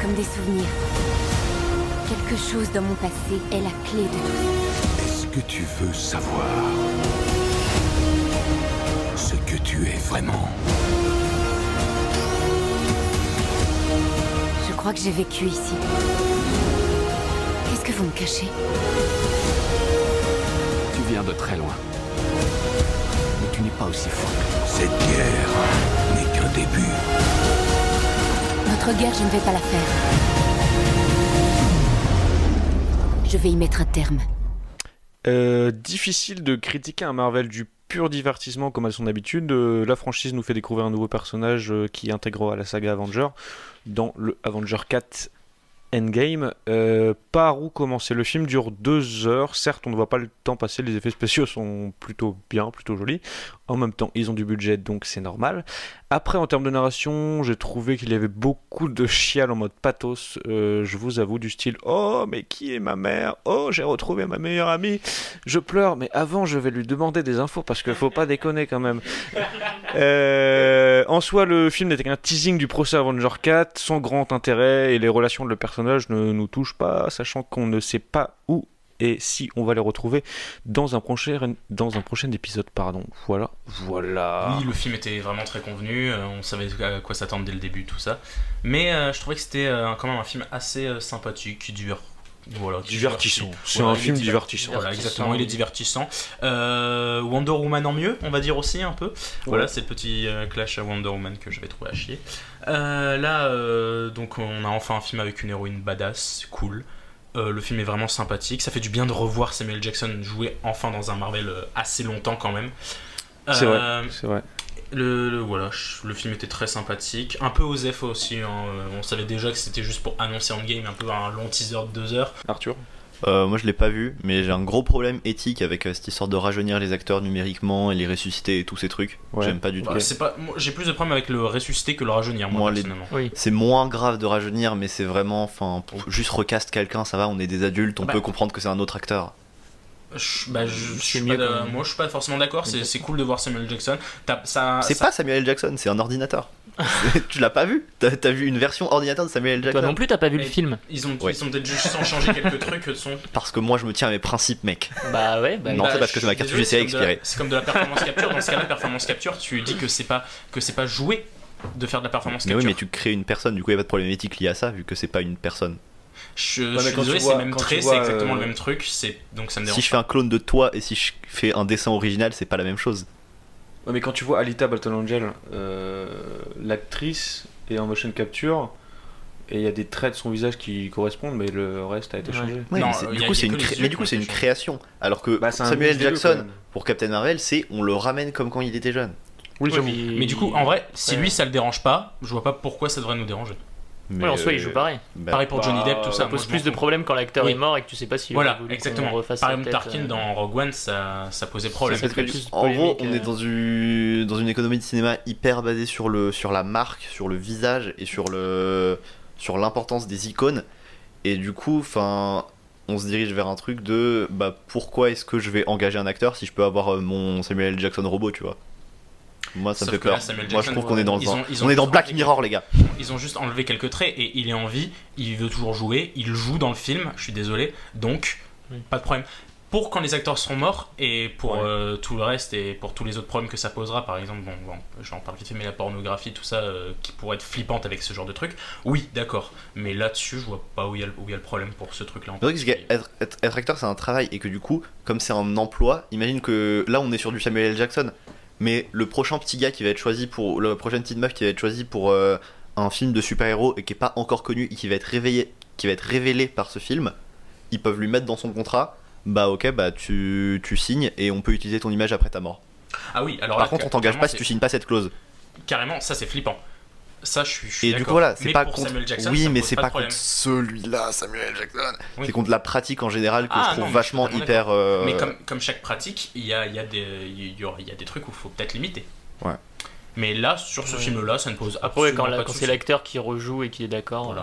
Speaker 13: Comme des souvenirs. Quelque chose dans mon passé est la clé de tout.
Speaker 12: Est-ce que tu veux savoir ce que tu es vraiment
Speaker 13: ça. Je crois que j'ai vécu ici. Qu'est-ce que vous me cachez
Speaker 12: Tu viens de très loin. Mais tu n'es pas aussi fou. Cette guerre n'est qu'un début.
Speaker 13: Notre guerre, je ne vais pas la faire. Je vais y mettre un terme.
Speaker 2: Euh, difficile de critiquer un Marvel du pur divertissement comme à son habitude. Euh, la franchise nous fait découvrir un nouveau personnage euh, qui intégrera la saga Avenger dans le Avenger 4 Endgame. Euh, par où commencer Le film dure deux heures. Certes, on ne voit pas le temps passer. Les effets spéciaux sont plutôt bien, plutôt jolis. En même temps, ils ont du budget, donc c'est normal. Après, en termes de narration, j'ai trouvé qu'il y avait beaucoup de chial en mode pathos. euh, je vous avoue, du style Oh, mais qui est ma mère Oh, j'ai retrouvé ma meilleure amie. Je pleure, mais avant, je vais lui demander des infos parce qu'il faut pas déconner quand même. Euh, en soi, le film n'était qu'un teasing du procès Avenger 4, sans grand intérêt, et les relations de le personnage ne nous touchent pas, sachant qu'on ne sait pas où et si on va les retrouver dans un prochain, dans un prochain épisode. Pardon. Voilà, voilà.
Speaker 8: Oui, le film était vraiment très convenu, euh, on savait à quoi s'attendre dès le début, tout ça. Mais euh, je trouvais que c'était euh, quand même un film assez euh, sympathique qui dure. Voilà, qui
Speaker 2: Divertissant.
Speaker 8: divertit.
Speaker 2: C'est un
Speaker 8: il est
Speaker 2: film
Speaker 8: diver-
Speaker 2: divertissant.
Speaker 8: Voilà, exactement, il est
Speaker 2: Divertissant.
Speaker 8: divertissant. Euh, Wonder Woman en mieux, on va dire aussi un peu. Voilà, c'est le petit euh, clash à Wonder Woman que je vais trouver à chier. Euh, là, euh, donc on a enfin un film avec une héroïne badass, cool. Euh, le film est vraiment sympathique. Ça fait du bien de revoir Samuel Jackson jouer enfin dans un Marvel euh, assez longtemps quand même.
Speaker 2: C'est vrai,
Speaker 8: Euh,
Speaker 2: c'est vrai.
Speaker 8: Le, le- voilà, je- le film était très sympathique. Un peu Osef aussi. hein. Euh, On savait déjà que c'était juste pour annoncer Endgame, un peu un long teaser de deux heures.
Speaker 2: Arthur
Speaker 6: Euh, moi je l'ai pas vu, mais j'ai un gros problème éthique avec euh, cette histoire de rajeunir les acteurs numériquement et les ressusciter et tous ces trucs.
Speaker 8: Ouais.
Speaker 6: J'aime pas du tout.
Speaker 8: Bah, c'est pas, moi, j'ai plus de problèmes avec le ressusciter que le rajeunir, moi,
Speaker 6: Moi, les-
Speaker 8: personnellement.
Speaker 6: C'est moins grave de rajeunir, mais c'est vraiment, enfin, pff, juste recaste quelqu'un, ça va, on est des adultes, on
Speaker 8: Oh. Bah.
Speaker 6: peut comprendre que c'est un autre acteur.
Speaker 8: Je- bah, je- je suis pas d'a- moi, je suis pas forcément d'accord. C'est, c'est cool de voir Samuel Jackson. T'as- ça,
Speaker 6: C'est
Speaker 8: ça-
Speaker 6: pas Samuel L. Jackson, c'est un ordinateur. tu l'as pas vu T'as t'as vu une version ordinateur de Samuel L. Jackson
Speaker 8: Et Ils ont,
Speaker 6: Ouais.
Speaker 8: ils ont peut-être juste sans changer quelques trucs de son.
Speaker 6: Parce que moi je me tiens à mes principes, mec.
Speaker 7: Bah ouais, bah
Speaker 6: Non, c'est parce
Speaker 8: je
Speaker 6: que
Speaker 8: suis
Speaker 6: ma carte
Speaker 8: désolé,
Speaker 6: UGC a
Speaker 8: c'est comme de la-
Speaker 6: expiré.
Speaker 8: C'est comme de la performance capture. Dans ce cas-là, performance capture, tu dis que c'est pas que c'est pas joué de faire de la performance
Speaker 6: Mais
Speaker 8: capture.
Speaker 6: oui, mais tu crées une personne, du coup il n'y a pas de problématique lié à ça, vu que c'est pas une personne.
Speaker 8: Je,
Speaker 6: Ouais,
Speaker 8: je
Speaker 6: mais quand
Speaker 8: suis
Speaker 6: tu
Speaker 8: désolé, c'est
Speaker 6: vois-
Speaker 8: le même
Speaker 6: quand tu
Speaker 8: trait, c'est
Speaker 6: vois,
Speaker 8: exactement
Speaker 6: euh,
Speaker 8: le même truc. C'est donc ça me
Speaker 6: Si
Speaker 8: dérange.
Speaker 6: je fais un clone de toi et si je fais un dessin original, c'est pas la même chose.
Speaker 2: Ouais, mais quand tu vois Alita Battle Angel, euh, l'actrice est en motion capture et il y a des traits de son visage qui correspondent, mais le reste a été changé.
Speaker 6: Ouais, mais c'est- du coup, c'est une, cré- mais du coup, c'est une création. Alors que
Speaker 2: Bah, c'est un
Speaker 6: Samuel
Speaker 2: mix des deux, quand
Speaker 6: Jackson,
Speaker 2: même.
Speaker 6: pour Captain Marvel, c'est on le ramène comme quand il était jeune.
Speaker 8: Oui, mais, mais du coup, en vrai, si lui ça le dérange pas, je vois pas pourquoi ça devrait nous déranger.
Speaker 6: Mais Ouais, en soi, il joue pareil. bah-
Speaker 8: pareil pour Johnny Depp, tout ça.
Speaker 7: Ça
Speaker 8: moi,
Speaker 7: pose
Speaker 8: je
Speaker 7: plus
Speaker 8: m'en
Speaker 7: de
Speaker 8: fous.
Speaker 7: problèmes quand l'acteur
Speaker 8: Oui.
Speaker 7: est mort et que tu sais pas s'il
Speaker 8: Voilà,
Speaker 7: aurait voulu qu'on
Speaker 8: exactement.
Speaker 7: refasse
Speaker 8: Par
Speaker 7: sa
Speaker 8: exemple,
Speaker 7: tête,
Speaker 8: Tarkin
Speaker 7: euh,
Speaker 8: dans Rogue One, ça, ça posait problème.
Speaker 6: Parce que, en gros, on
Speaker 8: euh.
Speaker 6: est dans une, dans une économie de cinéma hyper basée sur, le, sur la marque, sur le visage et sur le sur l'importance des icônes. Et du coup, enfin, on se dirige vers un truc de bah pourquoi est-ce que je vais engager un acteur si je peux avoir euh, mon Samuel L. Jackson robot, tu vois Moi, ça
Speaker 8: Sauf
Speaker 6: me fait
Speaker 8: que là,
Speaker 6: peur.
Speaker 8: Samuel
Speaker 6: Moi, je
Speaker 8: Jackson,
Speaker 6: trouve qu'on est dans le
Speaker 8: ils ont-
Speaker 6: vin.
Speaker 8: ils ont
Speaker 6: on est dans
Speaker 8: juste
Speaker 6: Black
Speaker 8: enlevé-
Speaker 6: Mirror, les gars.
Speaker 8: Ils ont juste enlevé quelques traits et il est en vie, il veut toujours jouer, il joue dans le film, je suis désolé, donc pas de problème. Pour quand les acteurs seront morts et pour euh, tout le reste et pour tous les autres problèmes que ça posera, par exemple, bon, bon, j'en parle vite fait, mais la pornographie, tout ça, euh, qui pourrait être flippante avec ce genre de truc, oui, d'accord, mais là-dessus, je vois pas où il y, a le- où il y a le problème pour ce truc-là. en
Speaker 6: Le truc, c'est qu'être être- être acteur, c'est un travail et que du coup, comme c'est un emploi, imagine que là, on est sur du Samuel L. Jackson, mais le prochain petit gars qui va être choisi pour. La prochaine petite meuf qui va être choisie pour euh, un film de super-héros et qui est pas encore connu et qui va être réveillé, qui va être révélé par ce film, ils peuvent lui mettre dans son contrat. Bah ok, bah tu, tu signes et on peut utiliser ton image après ta mort.
Speaker 8: Ah oui, alors
Speaker 6: Par
Speaker 8: là,
Speaker 6: contre, on
Speaker 8: clairement,
Speaker 6: t'engage pas si
Speaker 8: c'est-
Speaker 6: tu signes pas cette clause.
Speaker 8: Carrément, ça c'est flippant. Ça, je suis. je suis
Speaker 6: Et du coup
Speaker 8: d'accord.
Speaker 6: voilà, c'est
Speaker 8: Mais
Speaker 6: pas
Speaker 8: pour
Speaker 6: contre.
Speaker 8: Samuel Jackson,
Speaker 6: oui,
Speaker 8: ça me
Speaker 6: mais
Speaker 8: pose
Speaker 6: c'est
Speaker 8: pas
Speaker 6: pas,
Speaker 8: de problème.
Speaker 6: contre celui-là, Samuel Jackson.
Speaker 8: Oui.
Speaker 6: C'est contre la pratique en général que
Speaker 8: Ah,
Speaker 6: je trouve
Speaker 8: non, mais
Speaker 6: vachement
Speaker 8: totalement
Speaker 6: hyper.
Speaker 8: d'accord.
Speaker 6: euh,
Speaker 8: Mais comme, comme chaque pratique, il y a, il y, a des- il y aura- il y a des trucs où il faut peut-être limiter.
Speaker 6: Ouais.
Speaker 8: Mais là, sur ce
Speaker 7: Ouais.
Speaker 8: film-là, ça ne pose
Speaker 7: Après, ouais,
Speaker 8: absolument
Speaker 7: quand, la-
Speaker 8: pas de
Speaker 7: quand
Speaker 8: souci.
Speaker 7: c'est l'acteur qui rejoue et qui est d'accord, euh,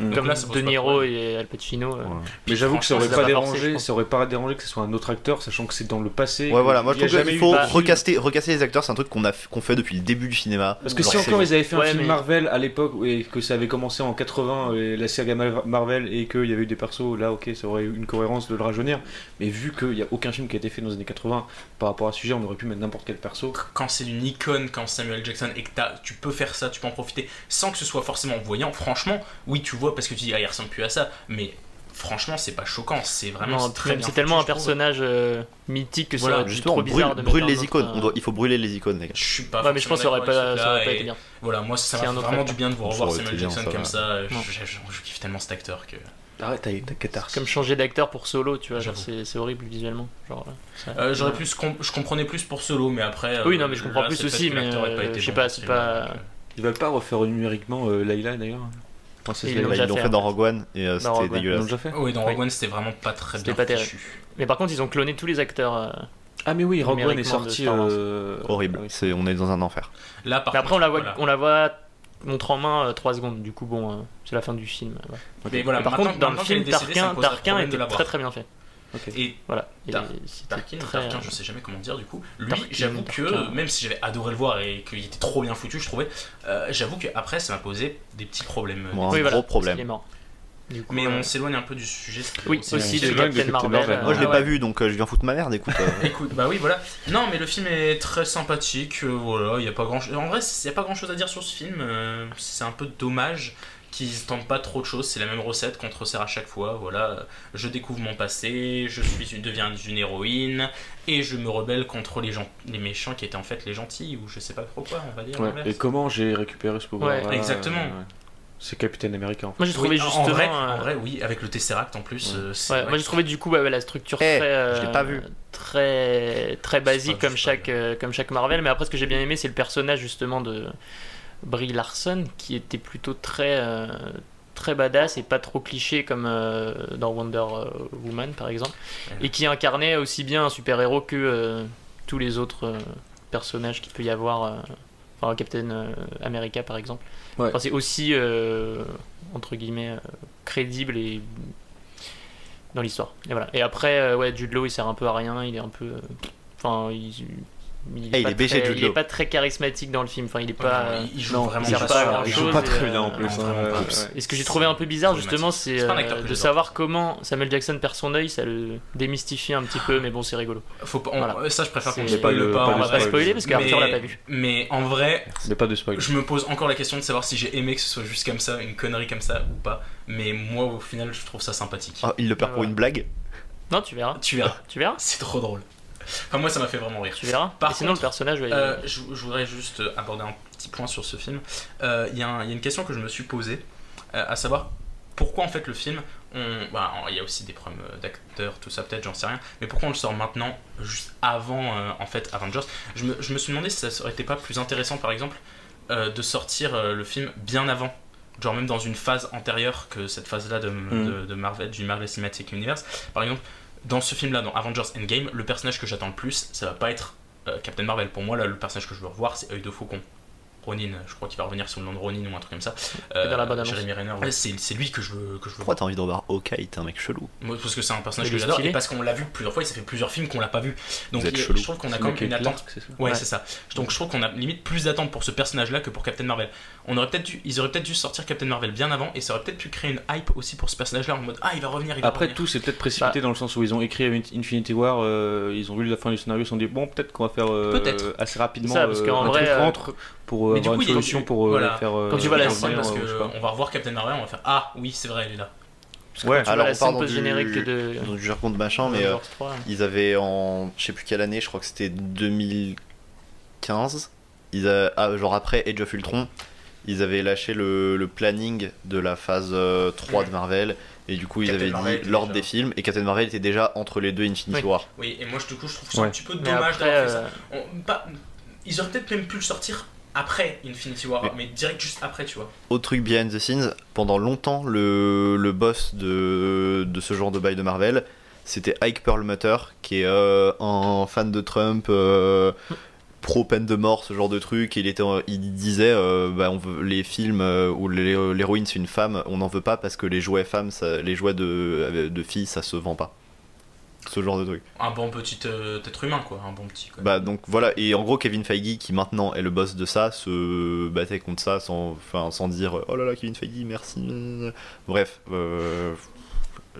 Speaker 2: Mm. Donc
Speaker 7: comme
Speaker 2: là, ça pose
Speaker 7: De
Speaker 2: pas de
Speaker 7: Niro et Al Pacino. euh,
Speaker 2: Mais j'avoue que ça aurait
Speaker 7: franchement,
Speaker 2: pas
Speaker 7: les a forcés, je
Speaker 2: dérangé,
Speaker 7: pense.
Speaker 2: ça aurait pas dérangé que ce soit un autre acteur, sachant que c'est dans le passé.
Speaker 6: Ouais,
Speaker 2: que
Speaker 6: voilà, moi je
Speaker 2: il y a
Speaker 6: trouve
Speaker 2: jamais
Speaker 6: qu'il
Speaker 2: eu
Speaker 6: faut
Speaker 2: de film.
Speaker 6: recaster, recaster les acteurs, c'est un truc qu'on a f- qu'on fait depuis le début du cinéma.
Speaker 2: Parce que
Speaker 6: Genre,
Speaker 2: si encore
Speaker 6: c'est-
Speaker 2: ils avaient fait un film Marvel à l'époque et que ça avait commencé en 80, et la saga Mar- Marvel, et qu'il y avait eu des persos, là ok, ça aurait eu une cohérence de le rajeunir. Mais vu qu'il n'y a aucun film qui a été fait dans les années 80 par rapport à ce sujet, on aurait pu mettre n'importe quel perso.
Speaker 8: Quand c'est une icône, quand Samuel Jackson, et que t'as- tu peux faire ça, tu peux en profiter sans que ce soit forcément voyant. Franchement, oui, tu vois parce que tu dis, ah, il ressemble plus à ça. Mais franchement, c'est pas choquant. C'est vraiment
Speaker 7: Non,
Speaker 8: c'est très
Speaker 7: même
Speaker 8: bien
Speaker 7: c'est
Speaker 8: foutu,
Speaker 7: tellement un
Speaker 8: je trouve.
Speaker 7: personnage euh, mythique que ça
Speaker 6: Voilà,
Speaker 7: aurait été
Speaker 6: justement,
Speaker 7: trop
Speaker 6: on brûle,
Speaker 7: bizarre de
Speaker 6: brûle
Speaker 7: mettre un
Speaker 6: les icônes,
Speaker 7: autre,
Speaker 6: on
Speaker 7: euh,
Speaker 6: doit- il faut brûler les icônes, les gars.
Speaker 8: Je suis pas
Speaker 7: Ouais, mais je pense que ça aurait
Speaker 8: forcément
Speaker 7: pas-
Speaker 8: d'accord
Speaker 7: ça aurait
Speaker 8: avec
Speaker 7: pas
Speaker 8: celui-là,
Speaker 7: été bien.
Speaker 8: et Voilà, moi, ça
Speaker 7: S'il y
Speaker 8: m'a
Speaker 7: a un autre
Speaker 8: vraiment du
Speaker 7: acteur.
Speaker 8: bien de vous
Speaker 7: Ça
Speaker 8: revoir
Speaker 7: aurait
Speaker 8: Samuel
Speaker 7: été bien,
Speaker 8: Jackson
Speaker 7: ça
Speaker 8: comme
Speaker 7: va.
Speaker 8: ça. euh,
Speaker 7: Non.
Speaker 8: Je, je- je- je kiffe tellement cet acteur que.
Speaker 2: Arrête, t'as t'as catharsis.
Speaker 7: Comme changer d'acteur pour solo, tu vois, genre, c'est c'est horrible visuellement. Genre, ça-
Speaker 8: Euh, J'aurais plus, com- je comprenais plus pour solo, mais après. euh,
Speaker 7: Oui, non, mais je comprends
Speaker 8: là,
Speaker 7: plus
Speaker 8: c'est parce
Speaker 7: aussi,
Speaker 8: que
Speaker 7: mais,
Speaker 8: l'acteur a pas
Speaker 7: euh,
Speaker 8: été
Speaker 7: je sais
Speaker 8: bon euh,
Speaker 7: pas,
Speaker 8: dans
Speaker 7: c'est
Speaker 8: ce
Speaker 7: pas-
Speaker 8: film, donc,
Speaker 2: Ils veulent pas refaire numériquement euh, Layla d'ailleurs Princesse
Speaker 6: Ils l'ont
Speaker 2: Leila.
Speaker 6: déjà Ils l'ont fait fait, dans en Rogue fait. One, et, euh, Dans c'était Rogue One. dégueulasse. Ils l'ont déjà
Speaker 8: Oui, dans Rogue One, c'était vraiment pas très
Speaker 7: C'était
Speaker 8: bien.
Speaker 7: pas terrible.
Speaker 8: fichu.
Speaker 7: Mais par contre, ils ont cloné tous les acteurs. euh,
Speaker 2: Ah mais oui, Rogue One est
Speaker 7: numériquement de
Speaker 2: sorti.
Speaker 7: Star Wars.
Speaker 2: euh,
Speaker 6: Horrible, c'est, on est dans un enfer.
Speaker 8: Là, par
Speaker 7: Mais après, on la voit, on la voit montre en main 3 secondes. Du coup, bon, euh, c'est la fin du film. euh, voilà.
Speaker 8: Mais voilà,
Speaker 7: par
Speaker 8: maintenant-
Speaker 7: contre, dans le
Speaker 8: maintenant qu'elle
Speaker 7: film,
Speaker 8: est décédée, ça
Speaker 7: Tarkin,
Speaker 8: me pose un
Speaker 7: Tarkin
Speaker 8: problème de
Speaker 7: était
Speaker 8: la voir.
Speaker 7: très très bien fait.
Speaker 8: Et
Speaker 7: voilà. Et
Speaker 8: Tar-
Speaker 7: c'était
Speaker 8: Tarkin,
Speaker 7: très,
Speaker 8: Tarkin,
Speaker 7: euh,
Speaker 8: je sais jamais comment dire du coup. Lui,
Speaker 7: Tarkin,
Speaker 8: j'avoue que
Speaker 7: Tarkin.
Speaker 8: même si j'avais adoré le voir et qu'il était trop bien foutu, je trouvais, euh, j'avoue qu'après ça m'a posé des petits problèmes.
Speaker 6: Moi, un
Speaker 8: Des-
Speaker 6: Oui, voilà, gros problème. parce qu'il est
Speaker 7: mort. Du coup,
Speaker 8: Mais
Speaker 7: euh,
Speaker 8: on s'éloigne un peu du sujet. ce qui
Speaker 7: Oui,
Speaker 8: est
Speaker 7: aussi
Speaker 8: on
Speaker 7: de
Speaker 8: s'éloigne
Speaker 7: Captain Marvel, euh,
Speaker 6: Moi je l'ai
Speaker 8: Ah
Speaker 6: pas
Speaker 8: ouais.
Speaker 6: vu donc euh, je viens foutre ma merde, écoute. euh.
Speaker 8: Écoute, bah oui, voilà. Non, mais le film est très sympathique. euh, voilà, il y a pas grand. En vrai, il y a pas grand chose à dire sur ce film. euh, c'est un peu dommage qu'ils tentent pas trop de choses. C'est la même recette qu'on te resserre à chaque fois. Voilà, euh, je découvre mon passé, je suis, une- deviens une héroïne et je me rebelle contre les gens, les méchants qui étaient en fait les gentils ou je sais pas trop quoi, on va dire.
Speaker 2: Ouais.
Speaker 8: en vrai.
Speaker 2: Et comment j'ai récupéré ce pouvoir
Speaker 8: Ouais, exactement.
Speaker 2: C'est Capitaine America en fait.
Speaker 7: Moi j'ai trouvé
Speaker 8: Oui, en-
Speaker 7: justement.
Speaker 8: En vrai,
Speaker 7: euh,
Speaker 8: en vrai, oui, avec le Tesseract en plus. euh, c'est
Speaker 7: ouais,
Speaker 8: vrai
Speaker 7: moi j'ai
Speaker 8: que-
Speaker 7: trouvé du coup bah, la structure
Speaker 8: Eh,
Speaker 7: très, euh,
Speaker 8: je l'ai pas vu.
Speaker 7: très très basique
Speaker 8: pas
Speaker 7: comme chaque euh, comme chaque Marvel. Mais après ce que j'ai bien aimé c'est le personnage justement de Brie Larson qui était plutôt très euh, très badass et pas trop cliché comme euh, dans Wonder Woman par exemple et qui incarnait aussi bien un super héros que euh, tous les autres euh, personnages qu'il peut y avoir. euh, enfin, Captain euh, America par exemple.
Speaker 2: Ouais.
Speaker 7: Enfin, c'est aussi euh, entre guillemets euh, crédible et dans l'histoire. Et voilà. Et après, euh, ouais, Jude Law, il sert un peu à rien. Il est un peu, euh, enfin, il, il
Speaker 6: Eh,
Speaker 7: est
Speaker 6: il
Speaker 7: pas
Speaker 6: est BG,
Speaker 7: très-
Speaker 6: Jude
Speaker 7: il est
Speaker 6: Law.
Speaker 7: pas très charismatique dans le film. Enfin, il est pas. euh,
Speaker 8: Ouais, il- il joue vraiment
Speaker 7: sert
Speaker 8: pas
Speaker 7: pas à
Speaker 8: bien.
Speaker 7: grand
Speaker 8: Il joue
Speaker 7: chose
Speaker 2: pas
Speaker 7: et,
Speaker 2: très bien,
Speaker 7: euh,
Speaker 2: en plus,
Speaker 7: non,
Speaker 2: hein,
Speaker 7: vraiment pas.
Speaker 2: ouais, ouais.
Speaker 7: Et ce que j'ai trouvé un peu bizarre justement, c'est
Speaker 8: C'est pas un acteur
Speaker 7: euh,
Speaker 8: que
Speaker 7: de
Speaker 8: j'adore.
Speaker 7: savoir comment Samuel Jackson perd son œil. Ça le démystifie un petit peu, mais bon, c'est rigolo.
Speaker 8: Faut pas- on- Ça, je préfère qu'on
Speaker 7: C'est-
Speaker 8: spoile pas,
Speaker 7: on va pas spoiler parce qu'Arthur
Speaker 8: Mais-
Speaker 7: l'a pas vu.
Speaker 8: Mais en vrai,
Speaker 2: Mais pas de spoil.
Speaker 8: je me pose encore la question de savoir si j'ai aimé que ce soit juste comme ça, une connerie comme ça ou pas. Mais moi, au final, je trouve ça sympathique.
Speaker 6: Ah, il le perd pour une blague
Speaker 7: Non, tu verras.
Speaker 8: Tu verras.
Speaker 7: tu verras.
Speaker 8: C'est trop drôle. Enfin, moi, ça m'a fait vraiment rire.
Speaker 7: Tu verras.
Speaker 8: Par
Speaker 7: Et sinon,
Speaker 8: contre,
Speaker 7: le personnage, ouais,
Speaker 8: euh, je, je voudrais juste aborder un petit point sur ce film. Euh, Il y, a un- il y a une question que je me suis posée, euh, à savoir pourquoi en fait le film, on- bah, en- il y a aussi des problèmes euh, d'acteurs, tout ça peut-être, j'en sais rien, mais pourquoi on le sort maintenant, juste avant euh, en fait Avengers je me, je me suis demandé si ça aurait été pas plus intéressant par exemple euh, de sortir euh, le film bien avant. Genre même dans une phase antérieure que cette phase-là de, de- de Marvel, du Marvel Cinematic Universe. Par exemple, dans ce film-là, dans Avengers Endgame, le personnage que j'attends le plus, ça va pas être euh, Captain Marvel. Pour moi, là, le personnage que je veux revoir, c'est œil de faucon. Ronin, je crois qu'il va revenir sous le nom de Ronin ou un truc comme ça. Euh,
Speaker 7: dans la bande-annonce.
Speaker 8: Jeremy Renner, ouais, c'est c'est lui que je veux, que je veux
Speaker 6: Pourquoi t'as envie de revoir Hawkeye T'es un mec chelou.
Speaker 8: moi, parce que c'est un personnage
Speaker 6: Il est
Speaker 8: que j'adore
Speaker 6: stylé.
Speaker 8: et parce qu'on l'a vu plusieurs fois et ça fait plusieurs films qu'on l'a pas vu. Donc
Speaker 6: Vous êtes
Speaker 8: il-
Speaker 6: chelou.
Speaker 8: je trouve qu'on a
Speaker 6: C'est
Speaker 8: quand
Speaker 6: le
Speaker 8: même
Speaker 6: mec
Speaker 8: une
Speaker 6: avec
Speaker 8: attente.
Speaker 6: l'arc, c'est ça
Speaker 8: ouais,
Speaker 6: Ouais.
Speaker 8: c'est ça. Donc je trouve qu'on a limite plus d'attente pour ce personnage-là que pour Captain Marvel. On aurait peut-être dû, ils auraient peut-être dû sortir Captain Marvel bien avant et ça aurait peut-être pu créer une hype aussi pour ce personnage-là en mode ah il va revenir. Il va
Speaker 2: Après
Speaker 8: revenir.
Speaker 2: tout, c'est peut-être
Speaker 8: Bah.
Speaker 2: précipité dans le sens où ils ont écrit Infinity War, euh, ils ont vu la fin du scénario, ils se sont dit bon, peut-être qu'on va faire euh,
Speaker 8: Peut-être.
Speaker 2: assez rapidement
Speaker 7: Ça, parce
Speaker 2: euh,
Speaker 7: qu'en
Speaker 2: un
Speaker 7: vrai,
Speaker 2: truc
Speaker 7: euh,
Speaker 2: rentre pour euh,
Speaker 8: Mais du
Speaker 2: avoir
Speaker 8: coup,
Speaker 2: une
Speaker 8: il est-
Speaker 2: solution pour euh,
Speaker 8: voilà.
Speaker 2: faire. euh,
Speaker 8: quand tu vois la
Speaker 2: faire
Speaker 8: scène
Speaker 2: venir,
Speaker 8: parce
Speaker 2: euh,
Speaker 8: que
Speaker 2: je sais pas.
Speaker 8: on va revoir Captain Marvel, on va faire ah oui c'est vrai il est là.
Speaker 7: Ouais, tu vois la
Speaker 6: on part
Speaker 7: scène
Speaker 6: dans du-
Speaker 7: post-générique de-
Speaker 6: dans du jargon de machin, mais
Speaker 7: Avengers
Speaker 6: euh,
Speaker 7: 3, là.
Speaker 6: ils avaient en. Je sais plus quelle année, je crois que c'était 2015. Ils a- ah, genre après Age of Ultron, ils avaient lâché le, le planning de la phase euh, 3 de Marvel. Et du coup, ils
Speaker 8: Captain
Speaker 6: avaient
Speaker 8: Marvel
Speaker 6: dit
Speaker 8: était
Speaker 6: l'ordre
Speaker 8: déjà-
Speaker 6: des films. Et Captain Marvel était déjà entre les deux Infinity War.
Speaker 8: Oui et moi je- du coup je trouve ça
Speaker 6: Ouais.
Speaker 8: un petit peu
Speaker 6: Mais
Speaker 8: dommage
Speaker 6: après,
Speaker 8: d'avoir fait
Speaker 6: euh,
Speaker 8: ça. On- pas- ils auraient peut-être même pu le sortir après Infinity War mais,
Speaker 6: Mais-
Speaker 8: direct juste après tu vois.
Speaker 6: Autre truc behind the scenes, pendant longtemps, le, le boss de, de ce genre de bail de Marvel, c'était Ike Perlmutter, qui est euh, un fan de Trump, euh, pro peine de mort, ce genre de truc. Il, était, en- il disait euh, bah, on veut, les films euh, où l'hé- l'héroïne c'est une femme, on n'en veut pas parce que les jouets, femmes, ça- les jouets de, de filles, ça se vend pas. Ce genre de truc.
Speaker 8: Un bon petit euh, être humain quoi, un bon petit. quoi.
Speaker 6: Bah donc voilà, et en gros Kevin Feige qui maintenant est le boss de ça se battait contre ça sans, enfin, sans dire oh là là Kevin Feige merci. Bref, euh,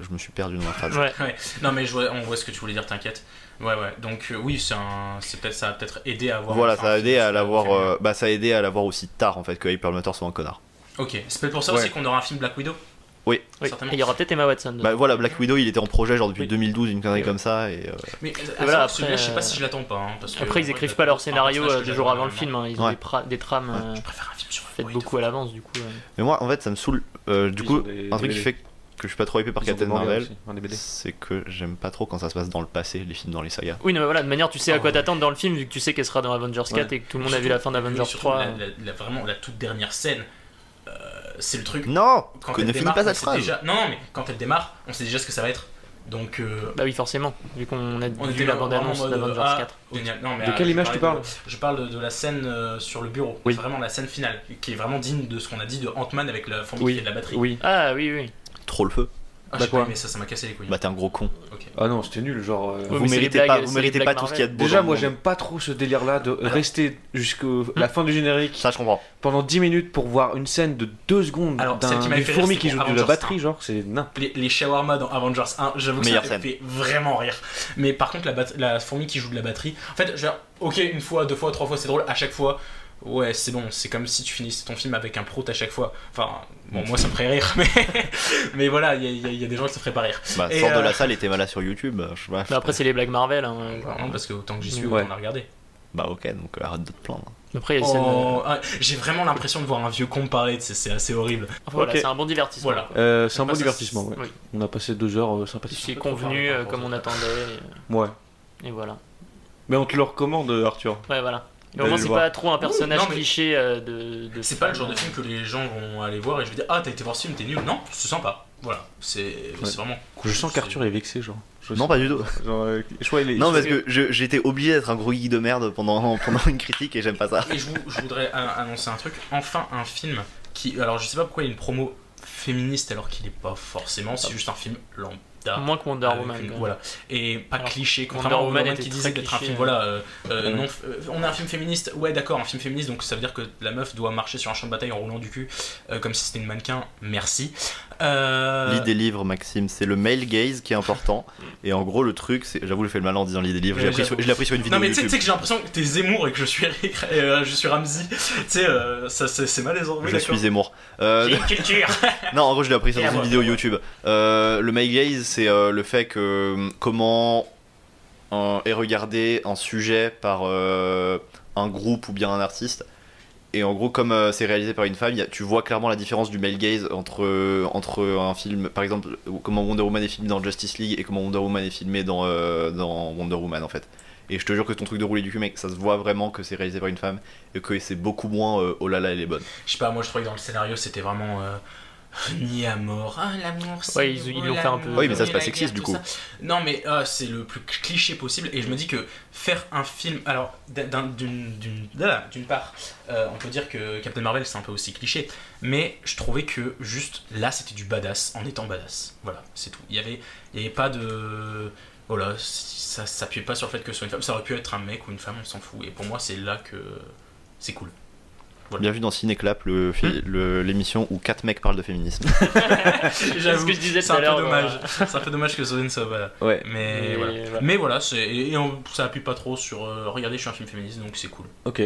Speaker 6: je me suis perdu dans la
Speaker 7: euh,
Speaker 6: phrase.
Speaker 8: Ouais. Non mais je vois- on voit ce que tu voulais dire, t'inquiète. Ouais ouais. Donc euh, oui, c'est un, c'est peut-être ça a peut-être aidé à avoir.
Speaker 6: Voilà,
Speaker 8: enfin,
Speaker 6: ça a aidé à l'avoir,
Speaker 8: film.
Speaker 6: euh, bah ça a aidé à l'avoir aussi tard en fait que Hypermotor soit un connard.
Speaker 8: Ok. C'est peut-être pour ça
Speaker 6: euh, Ouais.
Speaker 8: aussi qu'on aura un film Black Widow.
Speaker 6: Oui.
Speaker 8: Certainement.
Speaker 7: Et il y aura peut-être Emma Watson. dedans.
Speaker 6: Bah voilà, Black Widow il était en projet genre depuis 2012 une connerie comme ça et. euh,
Speaker 8: Mais euh, à
Speaker 7: Voilà,
Speaker 8: savoir,
Speaker 7: après,
Speaker 8: celui-là, je sais pas
Speaker 7: euh,
Speaker 8: si je l'attends pas. hein, parce que,
Speaker 7: Après, ils
Speaker 8: ouais,
Speaker 7: écrivent
Speaker 8: bah,
Speaker 7: pas leur
Speaker 8: c'est un
Speaker 7: scénario
Speaker 8: personnage
Speaker 7: euh,
Speaker 8: que
Speaker 7: deux jours
Speaker 8: j'adore
Speaker 7: avant le film. hein. Ils ont
Speaker 6: Ouais.
Speaker 7: des, pra- des trames euh, faites beaucoup à l'avance, du coup. euh.
Speaker 6: Mais moi, en fait, ça me saoule. Euh, du
Speaker 7: Ils
Speaker 6: coup,
Speaker 7: ont des-
Speaker 6: un
Speaker 7: des
Speaker 6: truc qui
Speaker 7: BD.
Speaker 6: fait que je suis pas trop hypé par
Speaker 2: Ils ont des
Speaker 6: Captain
Speaker 2: mangas
Speaker 6: Marvel,
Speaker 2: aussi, hein, des BD.
Speaker 6: c'est que j'aime pas trop quand ça se passe dans le passé, les films dans les sagas.
Speaker 7: Oui, non, mais voilà, de manière, tu sais à quoi t'attendre dans le film, vu que tu sais qu'elle sera dans Avengers 4 et que tout le monde a vu la fin d'Avengers hein. euh,
Speaker 8: Surtout
Speaker 7: 3.
Speaker 8: la- la- la- vraiment la toute dernière scène. euh, C'est le truc.
Speaker 6: Non
Speaker 8: Quand
Speaker 6: que
Speaker 8: elle
Speaker 6: ne finis
Speaker 8: démarre,
Speaker 6: pas
Speaker 8: on
Speaker 6: cette
Speaker 8: sait
Speaker 6: phrase.
Speaker 8: déjà- Non, non, mais quand elle démarre, on sait déjà ce que ça va être. Donc, euh,
Speaker 7: Bah oui, forcément, vu qu'on a
Speaker 8: on
Speaker 7: vu
Speaker 8: était
Speaker 7: la
Speaker 8: là en
Speaker 7: bande-annonce
Speaker 8: mode,
Speaker 7: d'Avengers
Speaker 8: ah,
Speaker 7: 4.
Speaker 8: génial. Non, mais,
Speaker 2: De
Speaker 8: ah,
Speaker 2: quelle
Speaker 8: je
Speaker 2: image
Speaker 8: parlais
Speaker 2: tu parles
Speaker 8: de- Je parle de la scène euh, sur le bureau. C'est vraiment la scène finale, qui est vraiment digne de ce qu'on a dit de Ant-Man avec la fourmi qui fait de la batterie.
Speaker 7: Ah oui, oui.
Speaker 6: Trop le feu.
Speaker 8: Ah, je sais pas, mais ça, ça m'a cassé les couilles.
Speaker 6: Bah t'es un gros con.
Speaker 2: Ah non, c'était nul, genre. euh,
Speaker 6: Vous méritez pas, vous méritez pas tout ce qu'il y a de beau.
Speaker 2: Déjà,
Speaker 6: dans le
Speaker 2: moi,
Speaker 6: monde.
Speaker 2: j'aime pas trop ce délire-là de rester jusqu'à
Speaker 8: Hmm.
Speaker 2: la fin du générique.
Speaker 6: Ça, je comprends.
Speaker 2: Pendant 10 minutes pour voir une scène de 2 secondes
Speaker 8: Alors, celle qui
Speaker 2: d'un
Speaker 8: m'avait
Speaker 2: d'une
Speaker 8: fait
Speaker 2: fourmi
Speaker 8: rire,
Speaker 2: qui
Speaker 8: c'est
Speaker 2: joue
Speaker 8: pour
Speaker 2: de la
Speaker 8: Avengers
Speaker 2: batterie, genre, c'est nain.
Speaker 8: Les, les shawarma dans Avengers 1, j'avoue que
Speaker 2: Meilleure
Speaker 8: ça
Speaker 2: scène.
Speaker 8: me fait vraiment rire. Mais par contre, la, bat- la fourmi qui joue de la batterie. En fait, genre, ok, une fois, deux fois, trois fois, c'est drôle. À chaque fois, ouais, c'est bon. C'est comme si tu finissais ton film avec un prout à chaque fois. Enfin, bon, moi, ça me ferait rire. Mais, mais voilà, il y, a- il y a- il y a des gens qui ça ferait pas rire.
Speaker 6: Bah,
Speaker 8: Et,
Speaker 6: sors de
Speaker 8: euh,
Speaker 6: la salle et t'es malade sur YouTube. euh, Je sais pas.
Speaker 7: Mais Bah, après, c'est les blagues Marvel. Hein.
Speaker 8: Non, parce que autant que j'y suis,
Speaker 6: Ouais.
Speaker 8: autant la regarder.
Speaker 6: Bah ok, donc euh, arrête de te plaindre.
Speaker 7: Après, il y a
Speaker 8: Oh,
Speaker 7: scène.
Speaker 8: ah, J'ai vraiment l'impression de voir un vieux con me parler, tu sais, c'est assez horrible.
Speaker 7: Voilà, c'est un bon divertissement.
Speaker 8: Voilà.
Speaker 2: Euh, c'est un
Speaker 8: On
Speaker 2: bon
Speaker 8: passe à-
Speaker 2: divertissement, ouais.
Speaker 7: oui.
Speaker 2: On a passé 2 heures euh, sympathiques.
Speaker 7: C'est convenu euh, comme on attendait. et-
Speaker 2: Ouais.
Speaker 7: Et voilà.
Speaker 2: Mais on te le recommande, Arthur.
Speaker 7: Ouais, voilà. Et au
Speaker 2: D'aller
Speaker 7: moins,
Speaker 2: le
Speaker 7: c'est
Speaker 2: voir.
Speaker 7: pas trop un personnage
Speaker 8: Non, mais-
Speaker 7: cliché euh, de. de
Speaker 8: C'est pas le genre de
Speaker 7: film.
Speaker 8: film que les gens vont aller voir et je vais dire Ah, t'as été voir ce film, t'es nul. Non, c'est sympa. Voilà, c'est c'est vraiment.
Speaker 2: Je sens qu'Arthur est vexé, genre. Je
Speaker 6: Non,
Speaker 2: sens-
Speaker 6: pas du tout.
Speaker 2: Genre, euh, je crois qu'il est-
Speaker 6: Non, parce que je- j'étais obligé d'être un gros geek de merde pendant, pendant une critique et j'aime pas ça.
Speaker 8: Et je, vous- je voudrais a- annoncer un truc. Enfin, un film qui. Alors, je sais pas pourquoi il y a une promo féministe alors qu'il est pas forcément.
Speaker 2: Ah.
Speaker 8: C'est juste un film lambda.
Speaker 7: Moins que Wonder
Speaker 8: Avec
Speaker 7: Woman,
Speaker 8: une-
Speaker 7: quand même.
Speaker 8: voilà. Et pas
Speaker 7: Alors,
Speaker 8: cliché.
Speaker 7: Wonder
Speaker 8: Contrairement à
Speaker 7: Woman
Speaker 8: Wonder Woman
Speaker 7: était
Speaker 8: qui
Speaker 7: très
Speaker 8: disait d'être un
Speaker 7: cliché,
Speaker 8: film.
Speaker 7: euh.
Speaker 8: Voilà. euh, euh,
Speaker 7: Ouais.
Speaker 8: non, f- euh, on a un film féministe. Ouais, d'accord, un film féministe. Donc ça veut dire que la meuf doit marcher sur un champ de bataille en roulant du cul. euh, comme si c'était une mannequin. Merci. Euh,
Speaker 6: Lis des livres, Maxime, c'est le male gaze qui est important. Et en gros, le truc, c'est. J'avoue, je fais le malin en disant lis des livres. Je l'ai
Speaker 8: Ouais,
Speaker 6: appris, sur-
Speaker 8: j'avoue.
Speaker 6: je l'ai appris sur une vidéo.
Speaker 8: Euh, Non, mais tu sais-
Speaker 6: YouTube.
Speaker 8: tu sais que j'ai l'impression que t'es Zemmour et que je suis Eric- euh, je suis Ramsey. Tu sais, euh, ça, c'est c'est malaisant. Oui,
Speaker 6: Je
Speaker 8: d'accord.
Speaker 6: suis Zemmour. Euh,
Speaker 8: J'ai une culture.
Speaker 6: non, en gros, je l'ai appris ça
Speaker 8: Et
Speaker 6: dans
Speaker 8: à
Speaker 6: une
Speaker 8: moi.
Speaker 6: vidéo YouTube. Euh, le male gaze, c'est euh, le fait que hum, comment euh, est regardé un sujet par euh, un groupe ou bien un artiste. Et en gros, comme euh, c'est réalisé par une femme, il y a- tu vois clairement la différence du male gaze entre, euh, entre un film, par exemple, ou- comment Wonder Woman est filmée dans Justice League et comment Wonder Woman est filmée dans, euh, dans Wonder Woman en fait. Et je te jure que ton truc de rouler du cul, mec, ça se voit vraiment que c'est réalisé par une femme et que c'est beaucoup moins euh, oh là là, elle est bonne.
Speaker 8: Je sais pas, moi je trouvais que dans le scénario c'était vraiment. Euh... Nié à mort. Ah, l'amour, c'est
Speaker 7: Ouais, ils- ils
Speaker 8: beau,
Speaker 7: l'ont fait un peu-
Speaker 8: l'amour,
Speaker 6: Oui, mais ça, c'est
Speaker 8: et
Speaker 6: pas
Speaker 8: la
Speaker 6: sexiste,
Speaker 8: guerre,
Speaker 6: du
Speaker 8: tout
Speaker 6: coup.
Speaker 8: ça. Non, mais ah, c'est le plus cliché possible. Et je me dis que faire un film. Alors, d'un- d'une d'une- voilà, d'une part, euh, on peut dire que Captain Marvel c'est un peu aussi cliché. Mais je trouvais que juste là c'était du badass en étant badass. Voilà, c'est tout. Il y avait, il y avait pas de. Voilà, ça s'appuyait pas sur le fait que ce soit une femme. Ça aurait pu être un mec ou une femme, on s'en fout. Et pour moi, c'est là que c'est cool.
Speaker 6: Bien vu dans Cinéclap, le
Speaker 8: Hmm.
Speaker 6: fi- le- l'émission où 4 mecs parlent de féminisme.
Speaker 7: ce que je disais
Speaker 8: c'est
Speaker 7: tout
Speaker 8: un
Speaker 7: à l'heure, euh,
Speaker 8: peu dommage.
Speaker 7: voilà.
Speaker 8: C'est un peu dommage que Zoden soit pas là.
Speaker 6: Ouais.
Speaker 8: Mais,
Speaker 7: Mais
Speaker 8: voilà.
Speaker 7: voilà.
Speaker 8: Mais voilà, c'est- et, et on- ça appuie pas trop sur. euh, regardez, je suis un film féministe, donc c'est cool.
Speaker 2: Ok.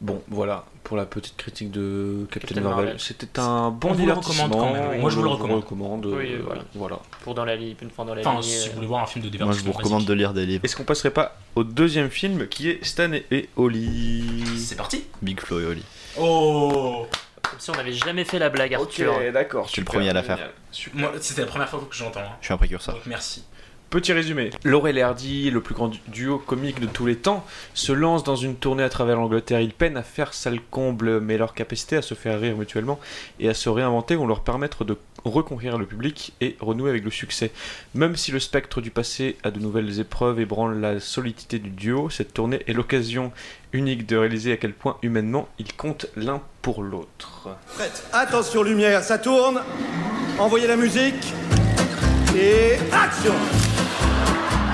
Speaker 2: Bon, voilà pour la petite critique de Captain,
Speaker 8: Captain
Speaker 2: Marvel.
Speaker 8: Marvel.
Speaker 2: C'était un bon
Speaker 8: On vous le recommande
Speaker 2: divertissement.
Speaker 8: quand même. Moi, je vous le recommande.
Speaker 2: Oui,
Speaker 7: Oui,
Speaker 2: euh, voilà.
Speaker 7: voilà.
Speaker 2: voilà.
Speaker 7: Pour dans la ligne. Enfin, dans la
Speaker 8: Enfin,
Speaker 7: ligne,
Speaker 8: si
Speaker 7: euh,
Speaker 8: vous voulez voir un film de
Speaker 6: Moi, je
Speaker 8: divertissement,
Speaker 6: vous recommande de lire des livres.
Speaker 2: Est-ce qu'on passerait pas au deuxième film qui est Stan et Oli
Speaker 8: C'est parti.
Speaker 6: Big Flo et Oli.
Speaker 8: Oh
Speaker 7: Comme si on n'avait jamais fait la blague, Arthur.
Speaker 2: d'accord.
Speaker 6: Je suis le premier à la faire.
Speaker 8: Moi, C'était la première fois que j'entends. hein.
Speaker 6: Je suis un précurseur.
Speaker 8: Donc merci.
Speaker 2: Petit résumé. Laurel et Hardy, le plus grand du- duo comique de tous les temps, se lance dans une tournée à travers l'Angleterre. Ils peinent à faire sale comble, mais leur capacité à se faire rire mutuellement et à se réinventer vont leur permettre de reconquérir le public et renouer avec le succès. Même si le spectre du passé a de nouvelles épreuves et branle la solidité du duo, cette tournée est l'occasion unique de réaliser à quel point humainement ils comptent l'un pour l'autre.
Speaker 9: Prête. Attention, lumière, ça tourne. Envoyez la musique. Et action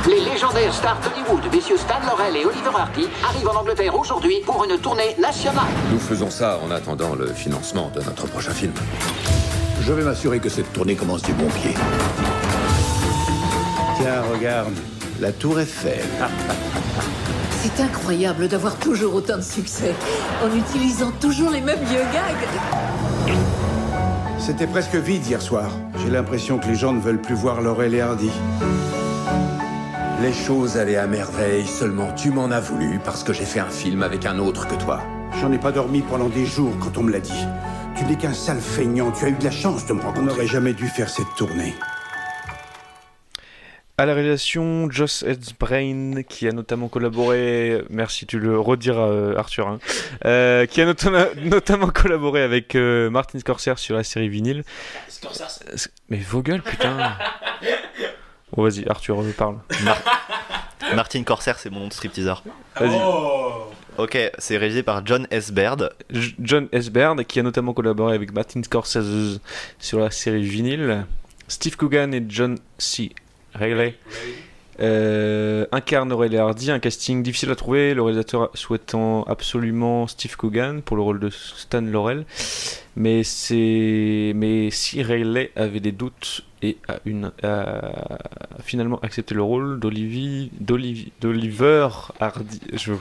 Speaker 11: Les légendaires stars d'Hollywood, messieurs Stan Laurel et Oliver Hardy, arrivent en Angleterre aujourd'hui pour une tournée nationale.
Speaker 15: Nous faisons ça en attendant le financement de notre prochain film. Je vais m'assurer que cette tournée commence du bon pied.
Speaker 16: Tiens, regarde, la tour Eiffel.
Speaker 17: C'est incroyable d'avoir toujours autant de succès en utilisant toujours les mêmes vieux gags.
Speaker 16: C'était presque vide hier soir. J'ai l'impression que les gens ne veulent plus voir Laurel et Hardy.
Speaker 15: Les choses allaient à merveille, seulement tu m'en as voulu parce que j'ai fait un film avec un autre que toi.
Speaker 16: J'en ai pas dormi pendant des jours quand on me l'a dit. Tu n'es qu'un sale feignant, tu as eu de la chance de me rencontrer. On n'aurait jamais dû faire cette tournée.
Speaker 2: À la réalisation, Joss Brain, qui a notamment collaboré, merci, tu le rediras euh, Arthur, hein. Euh, qui a notam- notamment collaboré avec euh, Martin Scorsese sur la série vinyle.
Speaker 8: Scorsese.
Speaker 2: Euh, Mais vos gueules, putain Oh, vas-y, Arthur, euh, parle.
Speaker 8: Ah.
Speaker 6: Martin Corsair, c'est mon nom de stripteaseur.
Speaker 2: Vas-y.
Speaker 6: Ok, c'est réalisé par John S. Baird.
Speaker 2: J- John S. Baird, qui a notamment collaboré avec Martin Scorsese sur la série Vinyl. Steve Coogan et John C. Reilly euh, incarnent Aurélie Hardy, un casting difficile à trouver, le réalisateur souhaitant absolument Steve Coogan pour le rôle de Stan Laurel. Mais, c'est... Mais si Reilly avait des doutes et a, une, a finalement accepté le rôle d'Olivier- d'Olivier- d'Oliver Hardy. Je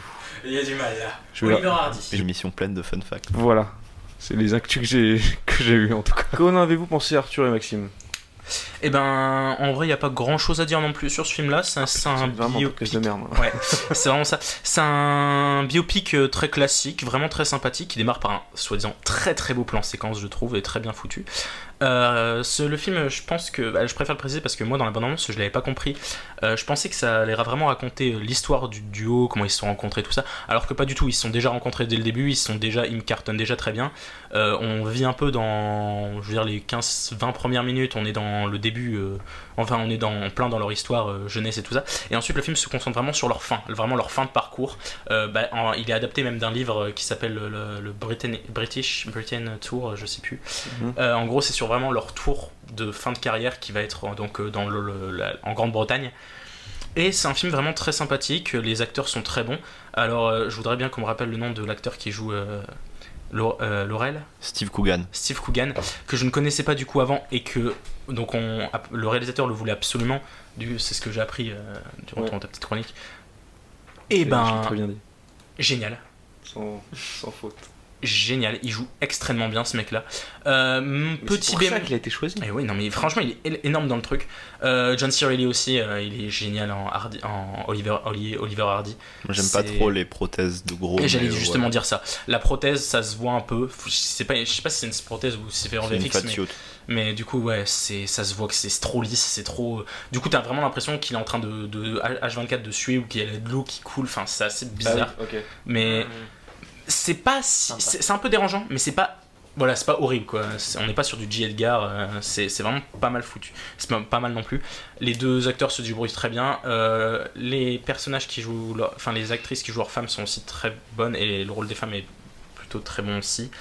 Speaker 8: Il y a du mal là.
Speaker 2: Je vais la-
Speaker 8: Oliver Hardy.
Speaker 6: Une émission pleine de fun facts.
Speaker 2: Voilà. C'est les actus que j'ai que j'ai eu en tout cas. Qu'en avez-vous pensé Arthur et Maxime
Speaker 8: Eh ben, en vrai, il n'y a pas grand chose à dire non plus sur ce film là. C'est un, c'est un
Speaker 2: vraiment un
Speaker 8: biopic.
Speaker 2: podcast de merde.
Speaker 8: Ouais, c'est vraiment ça. C'est un biopic euh, très classique, vraiment très sympathique, qui démarre par un soi-disant très très beau plan séquence, je trouve, et très bien foutu. Euh, ce- le film, je pense que. bah, je préfère le préciser parce que moi, dans la bande-annonce, je l'avais pas compris. Euh, je pensais que ça allait vraiment raconter euh, l'histoire du duo, comment ils se sont rencontrés, tout ça. Alors que pas du tout, ils se sont déjà rencontrés dès le début, ils se sont déjà. Ils me cartonnent déjà très bien. Euh, on vit un peu dans. Je veux dire, les 15-20 premières minutes, on est dans le début. euh, enfin, on est dans, en plein dans leur histoire euh, jeunesse et tout ça. Et ensuite, le film se concentre vraiment sur leur fin, vraiment leur fin de parcours. Euh, bah, en- il est adapté même d'un livre euh, qui s'appelle le, le- le Britain- British Britain Tour, euh, je sais plus.
Speaker 18: hein.
Speaker 2: Mhm.
Speaker 8: Euh, en gros, c'est sur vraiment leur tour de fin de carrière qui va être euh, donc euh, dans le- le- la- en Grande-Bretagne. Et c'est un film vraiment très sympathique, les acteurs sont très bons. Alors, euh, je voudrais bien qu'on me rappelle le nom de l'acteur qui joue euh, Lau- euh, Laurel.
Speaker 6: Steve Coogan.
Speaker 8: Steve Coogan, que je ne connaissais pas du coup avant et que donc on, le réalisateur le voulait absolument. Du, c'est ce que j'ai appris euh, durant
Speaker 2: Ouais.
Speaker 8: ton- ta petite chronique. Et
Speaker 2: C'est-
Speaker 8: ben,
Speaker 2: c'est très bien dit.
Speaker 8: génial,
Speaker 2: Sans, sans faute.
Speaker 8: génial. Il joue extrêmement bien ce mec-là. Euh, mon petit
Speaker 2: pour ça
Speaker 8: bémol.
Speaker 2: qu'il a été choisi.
Speaker 8: Et oui, non mais franchement, il est é- énorme dans le truc. Euh, John C. Reilly aussi, euh, il est génial en, Hardy- en Oliver, Oli- Oliver Hardy.
Speaker 6: Moi, j'aime pas
Speaker 8: C'est-
Speaker 6: trop les prothèses de
Speaker 2: Oh,
Speaker 6: gros.
Speaker 8: Et j'allais
Speaker 6: mais, euh,
Speaker 8: justement
Speaker 6: ouais.
Speaker 8: dire ça. La prothèse, ça se voit un peu. Faut- Je sais pas, je sais pas si c'est une prothèse ou si c'est fait en
Speaker 6: C'est une
Speaker 8: VFX.
Speaker 6: fat
Speaker 8: Mais,
Speaker 6: suit.
Speaker 8: mais du coup, ouais, c'est, ça se voit que c'est c'est trop lisse, c'est trop. Du coup, t'as vraiment l'impression qu'il est en train de, de H24 de suer ou qu'il y a de l'eau qui coule. Enfin, c'est assez bizarre.
Speaker 2: Ah oui, ok.
Speaker 7: Euh,
Speaker 8: Mais c'est pas si- c'est c'est un peu dérangeant mais c'est pas voilà c'est pas horrible quoi C'est- on n'est pas sur du J Edgar euh, c'est c'est vraiment pas mal foutu c'est pas, pas mal non plus les deux acteurs se débrouillent très bien euh, les personnages qui jouent leur- enfin les actrices qui jouent leurs femmes sont aussi très bonnes et le rôle des femmes est plutôt très bon aussi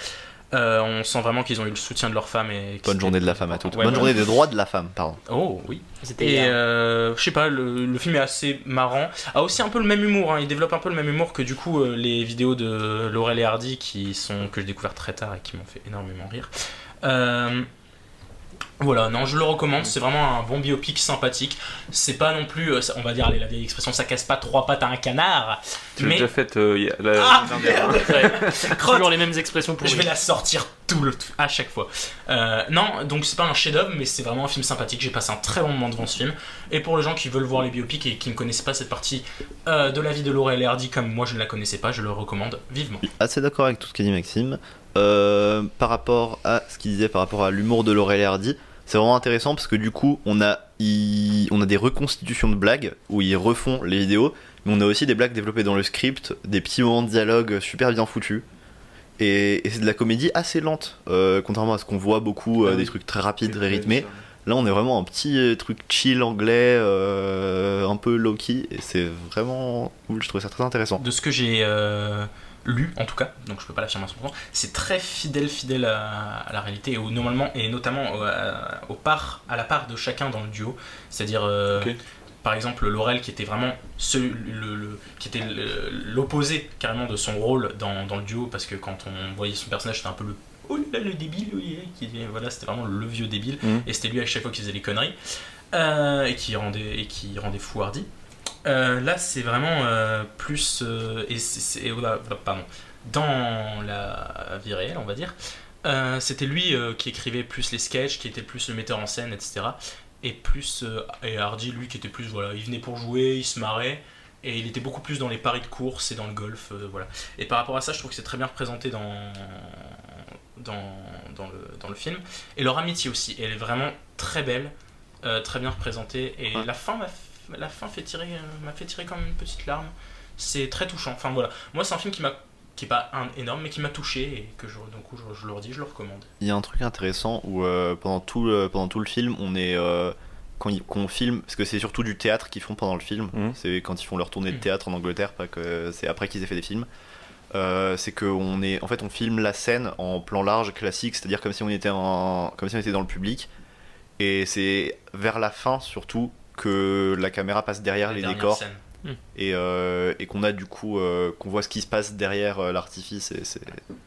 Speaker 8: Euh, on sent vraiment qu'ils ont eu le soutien de leurs femmes et
Speaker 6: Bonne journée de la femme à toutes.
Speaker 8: Ouais,
Speaker 6: Bonne
Speaker 8: ouais.
Speaker 6: journée des droits de la femme, pardon.
Speaker 8: Oh oui.
Speaker 6: C'était
Speaker 8: Et
Speaker 6: hier.
Speaker 8: euh, je sais pas, le, le film est assez marrant. A aussi un peu le même humour. hein. Il développe un peu le même humour que du coup euh, les vidéos de Laurel et Hardy qui sont que j'ai découvert très tard et qui m'ont fait énormément rire. Euh, voilà, non, je le recommande. C'est vraiment un bon biopic sympathique. C'est pas non plus, euh, ça- on va dire allez, la vieille expression, ça casse pas trois pattes à un canard.
Speaker 2: Tu l'as
Speaker 8: mais
Speaker 2: déjà fait. euh, il y a la-
Speaker 8: ah,
Speaker 2: la dernière.
Speaker 8: merde
Speaker 7: Toujours les mêmes expressions pour
Speaker 8: je vais la sortir tout le à chaque fois. Euh, non, donc c'est pas un chef-d'œuvre, mais c'est vraiment un film sympathique. J'ai passé un très bon moment devant ce film. Et pour les gens qui veulent voir les biopics et qui ne connaissent pas cette partie euh, de la vie de Laurel et Hardy comme moi je ne la connaissais pas, je le recommande vivement.
Speaker 6: suis assez d'accord avec tout ce qu'a dit Maxime. Euh, par rapport à ce qu'il disait, par rapport à l'humour de Laurel et Hardy, c'est vraiment intéressant parce que du coup, on a, il- on a des reconstitutions de blagues où ils refont les vidéos, mais on a aussi des blagues développées dans le script, des petits moments de dialogue super bien foutus. Et, et c'est de la comédie assez lente, euh, contrairement à ce qu'on voit beaucoup, euh, des trucs très rapides, très rythmés. Là, on est vraiment un petit euh, truc chill anglais, euh, un peu low-key, et c'est vraiment cool, je trouve ça très intéressant.
Speaker 8: De ce que j'ai euh, lu, en tout cas, donc je peux pas l'affirmer à 100%, c'est très fidèle, fidèle à, à la réalité et, au- normalement, et notamment au, à, au part, à la part de chacun dans le duo. C'est-à-dire, euh, par exemple, Laurel qui était vraiment celui- le, le- qui était le- l'opposé carrément de son rôle dans, dans le duo, parce que quand on voyait son personnage, c'était un peu le. Oh là là, le débile, oh là là, qui, voilà, c'était vraiment le vieux débile,
Speaker 6: Mhm.
Speaker 8: et c'était lui à chaque fois qui faisait les conneries, euh, et qui rendait, et qui rendait fou Hardy. Euh, là, c'est vraiment euh, plus. euh, et c'est- c'est- et voilà, voilà, pardon. Dans la vie réelle, on va dire, euh, c'était lui euh, qui écrivait plus les sketchs, qui était plus le metteur en scène, etc. Et plus. euh, et Hardy, lui, qui était plus. Voilà, il venait pour jouer, il se marrait. Et il était beaucoup plus dans les paris de course et dans le golf, euh, voilà. Et par rapport à ça, je trouve que c'est très bien représenté dans dans, dans, le, dans le film. Et leur amitié aussi, elle est vraiment très belle, euh, très bien représentée. Et la fin m'a f- la fin fait tirer euh, m'a fait tirer comme une petite larme. C'est très touchant. Enfin voilà, moi c'est un film qui m'a qui est pas un énorme mais qui m'a touché et que je, donc je, je le redis, je le recommande.
Speaker 6: Il y a un truc intéressant où euh, pendant, tout, le- pendant tout le film, on est euh, quand ils- qu'on filme, parce que c'est surtout du théâtre qu'ils font pendant le film, c'est quand ils font leur
Speaker 8: Mhm.
Speaker 6: tournée de théâtre en Angleterre, pas que c'est après qu'ils aient fait des films. Euh, c'est qu'on est, en fait, on filme la scène en plan large classique, c'est-à-dire comme si on était en, comme si on était dans le public. Et c'est vers la fin surtout que la caméra passe derrière Ah, les,
Speaker 8: dernières
Speaker 6: décors
Speaker 8: scènes. Mm.
Speaker 6: et, euh, et qu'on a du coup euh, qu'on voit ce qui se passe derrière euh, l'artifice. et C'est c'est